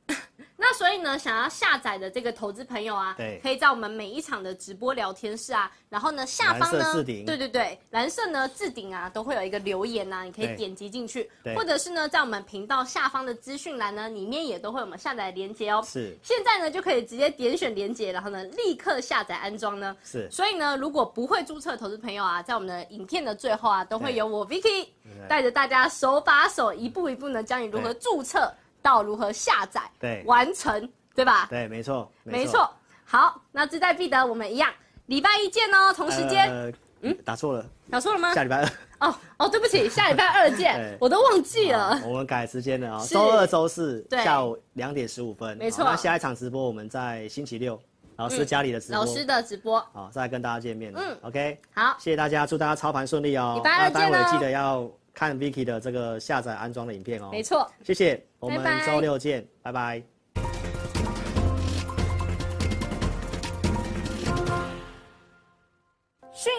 Speaker 2: 那所以呢，想要下载的这个投资朋友啊，
Speaker 3: 对
Speaker 2: 可以在我们每一场的直播聊天室啊，然后呢下方
Speaker 3: 蓝
Speaker 2: 呢
Speaker 3: 色置，顶
Speaker 2: 对对对，蓝色呢置顶啊都会有一个留言呐、啊，你可以
Speaker 3: 对
Speaker 2: 点击进去，
Speaker 3: 对
Speaker 2: 或者是呢在我们频道下方的资讯栏呢里面也都会有我们下载的连接哦。
Speaker 3: 是
Speaker 2: 现在呢就可以直接点选连接，然后呢立刻下载安装呢。
Speaker 3: 是
Speaker 2: 所以呢，如果不会注册的投资朋友啊，在我们的影片的最后啊，都会
Speaker 3: 对
Speaker 2: 有我 Vicky 带着大家手把手，一步一步呢，教你如何
Speaker 3: 对
Speaker 2: 注册到如何下载，
Speaker 3: 对
Speaker 2: 完成，对吧？
Speaker 3: 对，没错，
Speaker 2: 没错。好，那志在必得，我们一样，礼拜一见哦，同时间。
Speaker 3: 呃嗯，打错了，
Speaker 2: 搞错了吗
Speaker 3: 下？礼拜二。
Speaker 2: 哦哦，对不起，下礼拜二见
Speaker 3: 对，
Speaker 2: 我都忘记了
Speaker 3: 好。我们改时间了啊、
Speaker 2: 是
Speaker 3: 周二、周四
Speaker 2: 对
Speaker 3: 下午两点十五分。
Speaker 2: 没错
Speaker 3: 好那下一场直播我们在星期六，老师家里的直播。
Speaker 2: 老师的直播，
Speaker 3: 好，再来跟大家见面了。
Speaker 2: 嗯
Speaker 3: o k
Speaker 2: 好，
Speaker 3: 谢谢大家，祝大家操盘顺利哦。
Speaker 2: 礼拜二
Speaker 3: 那待
Speaker 2: 见哦
Speaker 3: 会记得要看 Vicky 的这个下载安装的影片哦。
Speaker 2: 没，错。
Speaker 3: 谢谢，我们
Speaker 2: 拜拜
Speaker 3: 周六见，拜拜。
Speaker 2: 拜拜。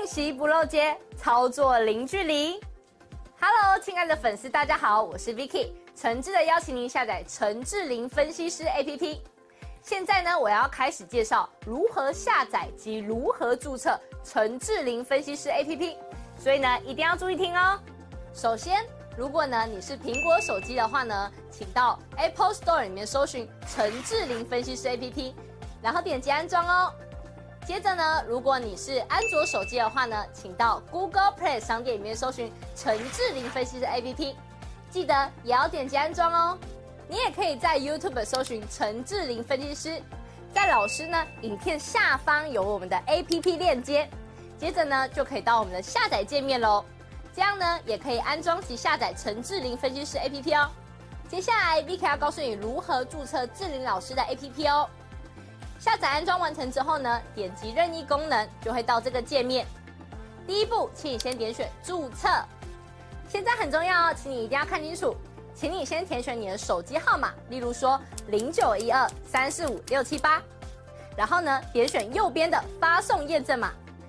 Speaker 2: 棋不漏接，操作零距离。Hello，亲爱的粉丝，大家好，我是 Vicky，诚挚的邀请您下载陈志玲分析师 APP。现在呢，我要开始介绍如何下载及如何注册陈志玲分析师 APP，所以呢，一定要注意听哦。首先，如果呢你是苹果手机的话呢，请到 Apple Store 里面搜寻陈志玲分析师 APP，然后点击安装哦。接着呢，如果你是安卓手机的话呢，请到 Google Play 商店里面搜寻陈志玲分析师 APP，记得也要点击安装哦。你也可以在 YouTube 搜寻陈志玲分析师，在老师呢影片下方有我们的 APP 链接，接着呢就可以到我们的下载界面喽。这样呢也可以安装及下载陈志玲分析师 APP 哦。接下来 Vicky 要告诉你如何注册志玲老师的 APP 哦。下载安装完成之后呢，点击任意功能就会到这个界面。第一步，请你先点选注册。现在很重要哦，请你一定要看清楚，请你先填选你的手机号码，例如说零九一二三四五六七八，然后呢点选右边的发送验证码。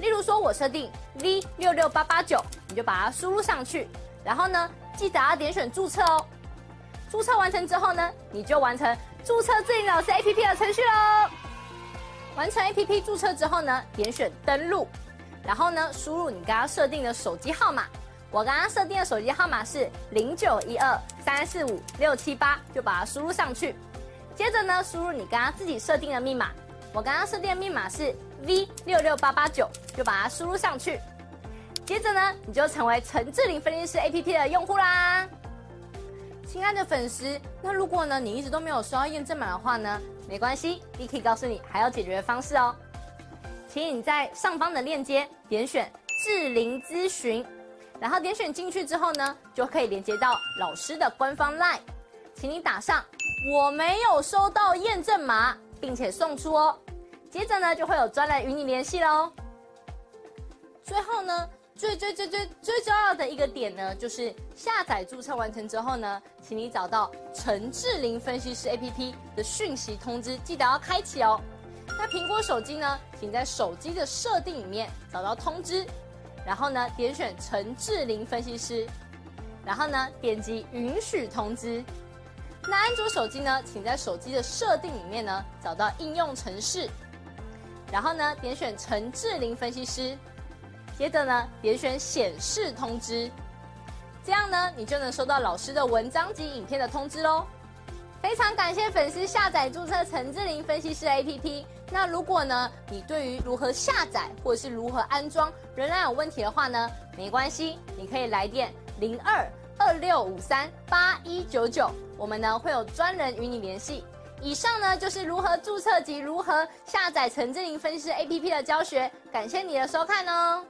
Speaker 2: 例如说我设定 V 六六八八九，你就把它输入上去。然后呢，记得要点选注册哦。注册完成之后呢，你就完成注册自己老师 APP 的程序喽。完成 APP 注册之后呢，点选登录，然后呢，输入你刚刚设定的手机号码。我刚刚设定的手机号码是零九一二三四五六七八，就把它输入上去。接着呢，输入你刚刚自己设定的密码。我刚刚设定的密码是 V 六六八八九，就把它输入上去。接着呢，你就成为陈志玲分析师 APP 的用户啦。亲爱的粉丝，那如果呢你一直都没有收到验证码的话呢，没关系，Vicky 告诉你还有解决方式哦。请你在上方的链接点选智灵咨询，然后点选进去之后呢，就可以连接到老师的官方 LINE，请你打上我没有收到验证码，并且送出哦。接着呢，就会有专人与你联系喽。最后呢，最最最最最重要的一个点呢，就是下载注册完成之后呢，请你找到陈志玲分析师 APP 的讯息通知，记得要开启哦。那苹果手机呢，请在手机的设定里面找到通知，然后呢点选陈志玲分析师，然后呢点击允许通知。那安卓手机呢，请在手机的设定里面呢找到应用程式，然后呢点选陈志玲分析师，接着呢，点选显示通知，这样呢，你就能收到老师的文章及影片的通知喽。非常感谢粉丝下载注册陈志玲分析师 APP。那如果呢，你对于如何下载或者是如何安装仍然有问题的话呢，没关系，你可以来电零二二六五三八一九九，我们呢会有专人与你联系。以上呢就是如何注册及如何下载陈志玲分析师 APP 的教学，感谢你的收看哦。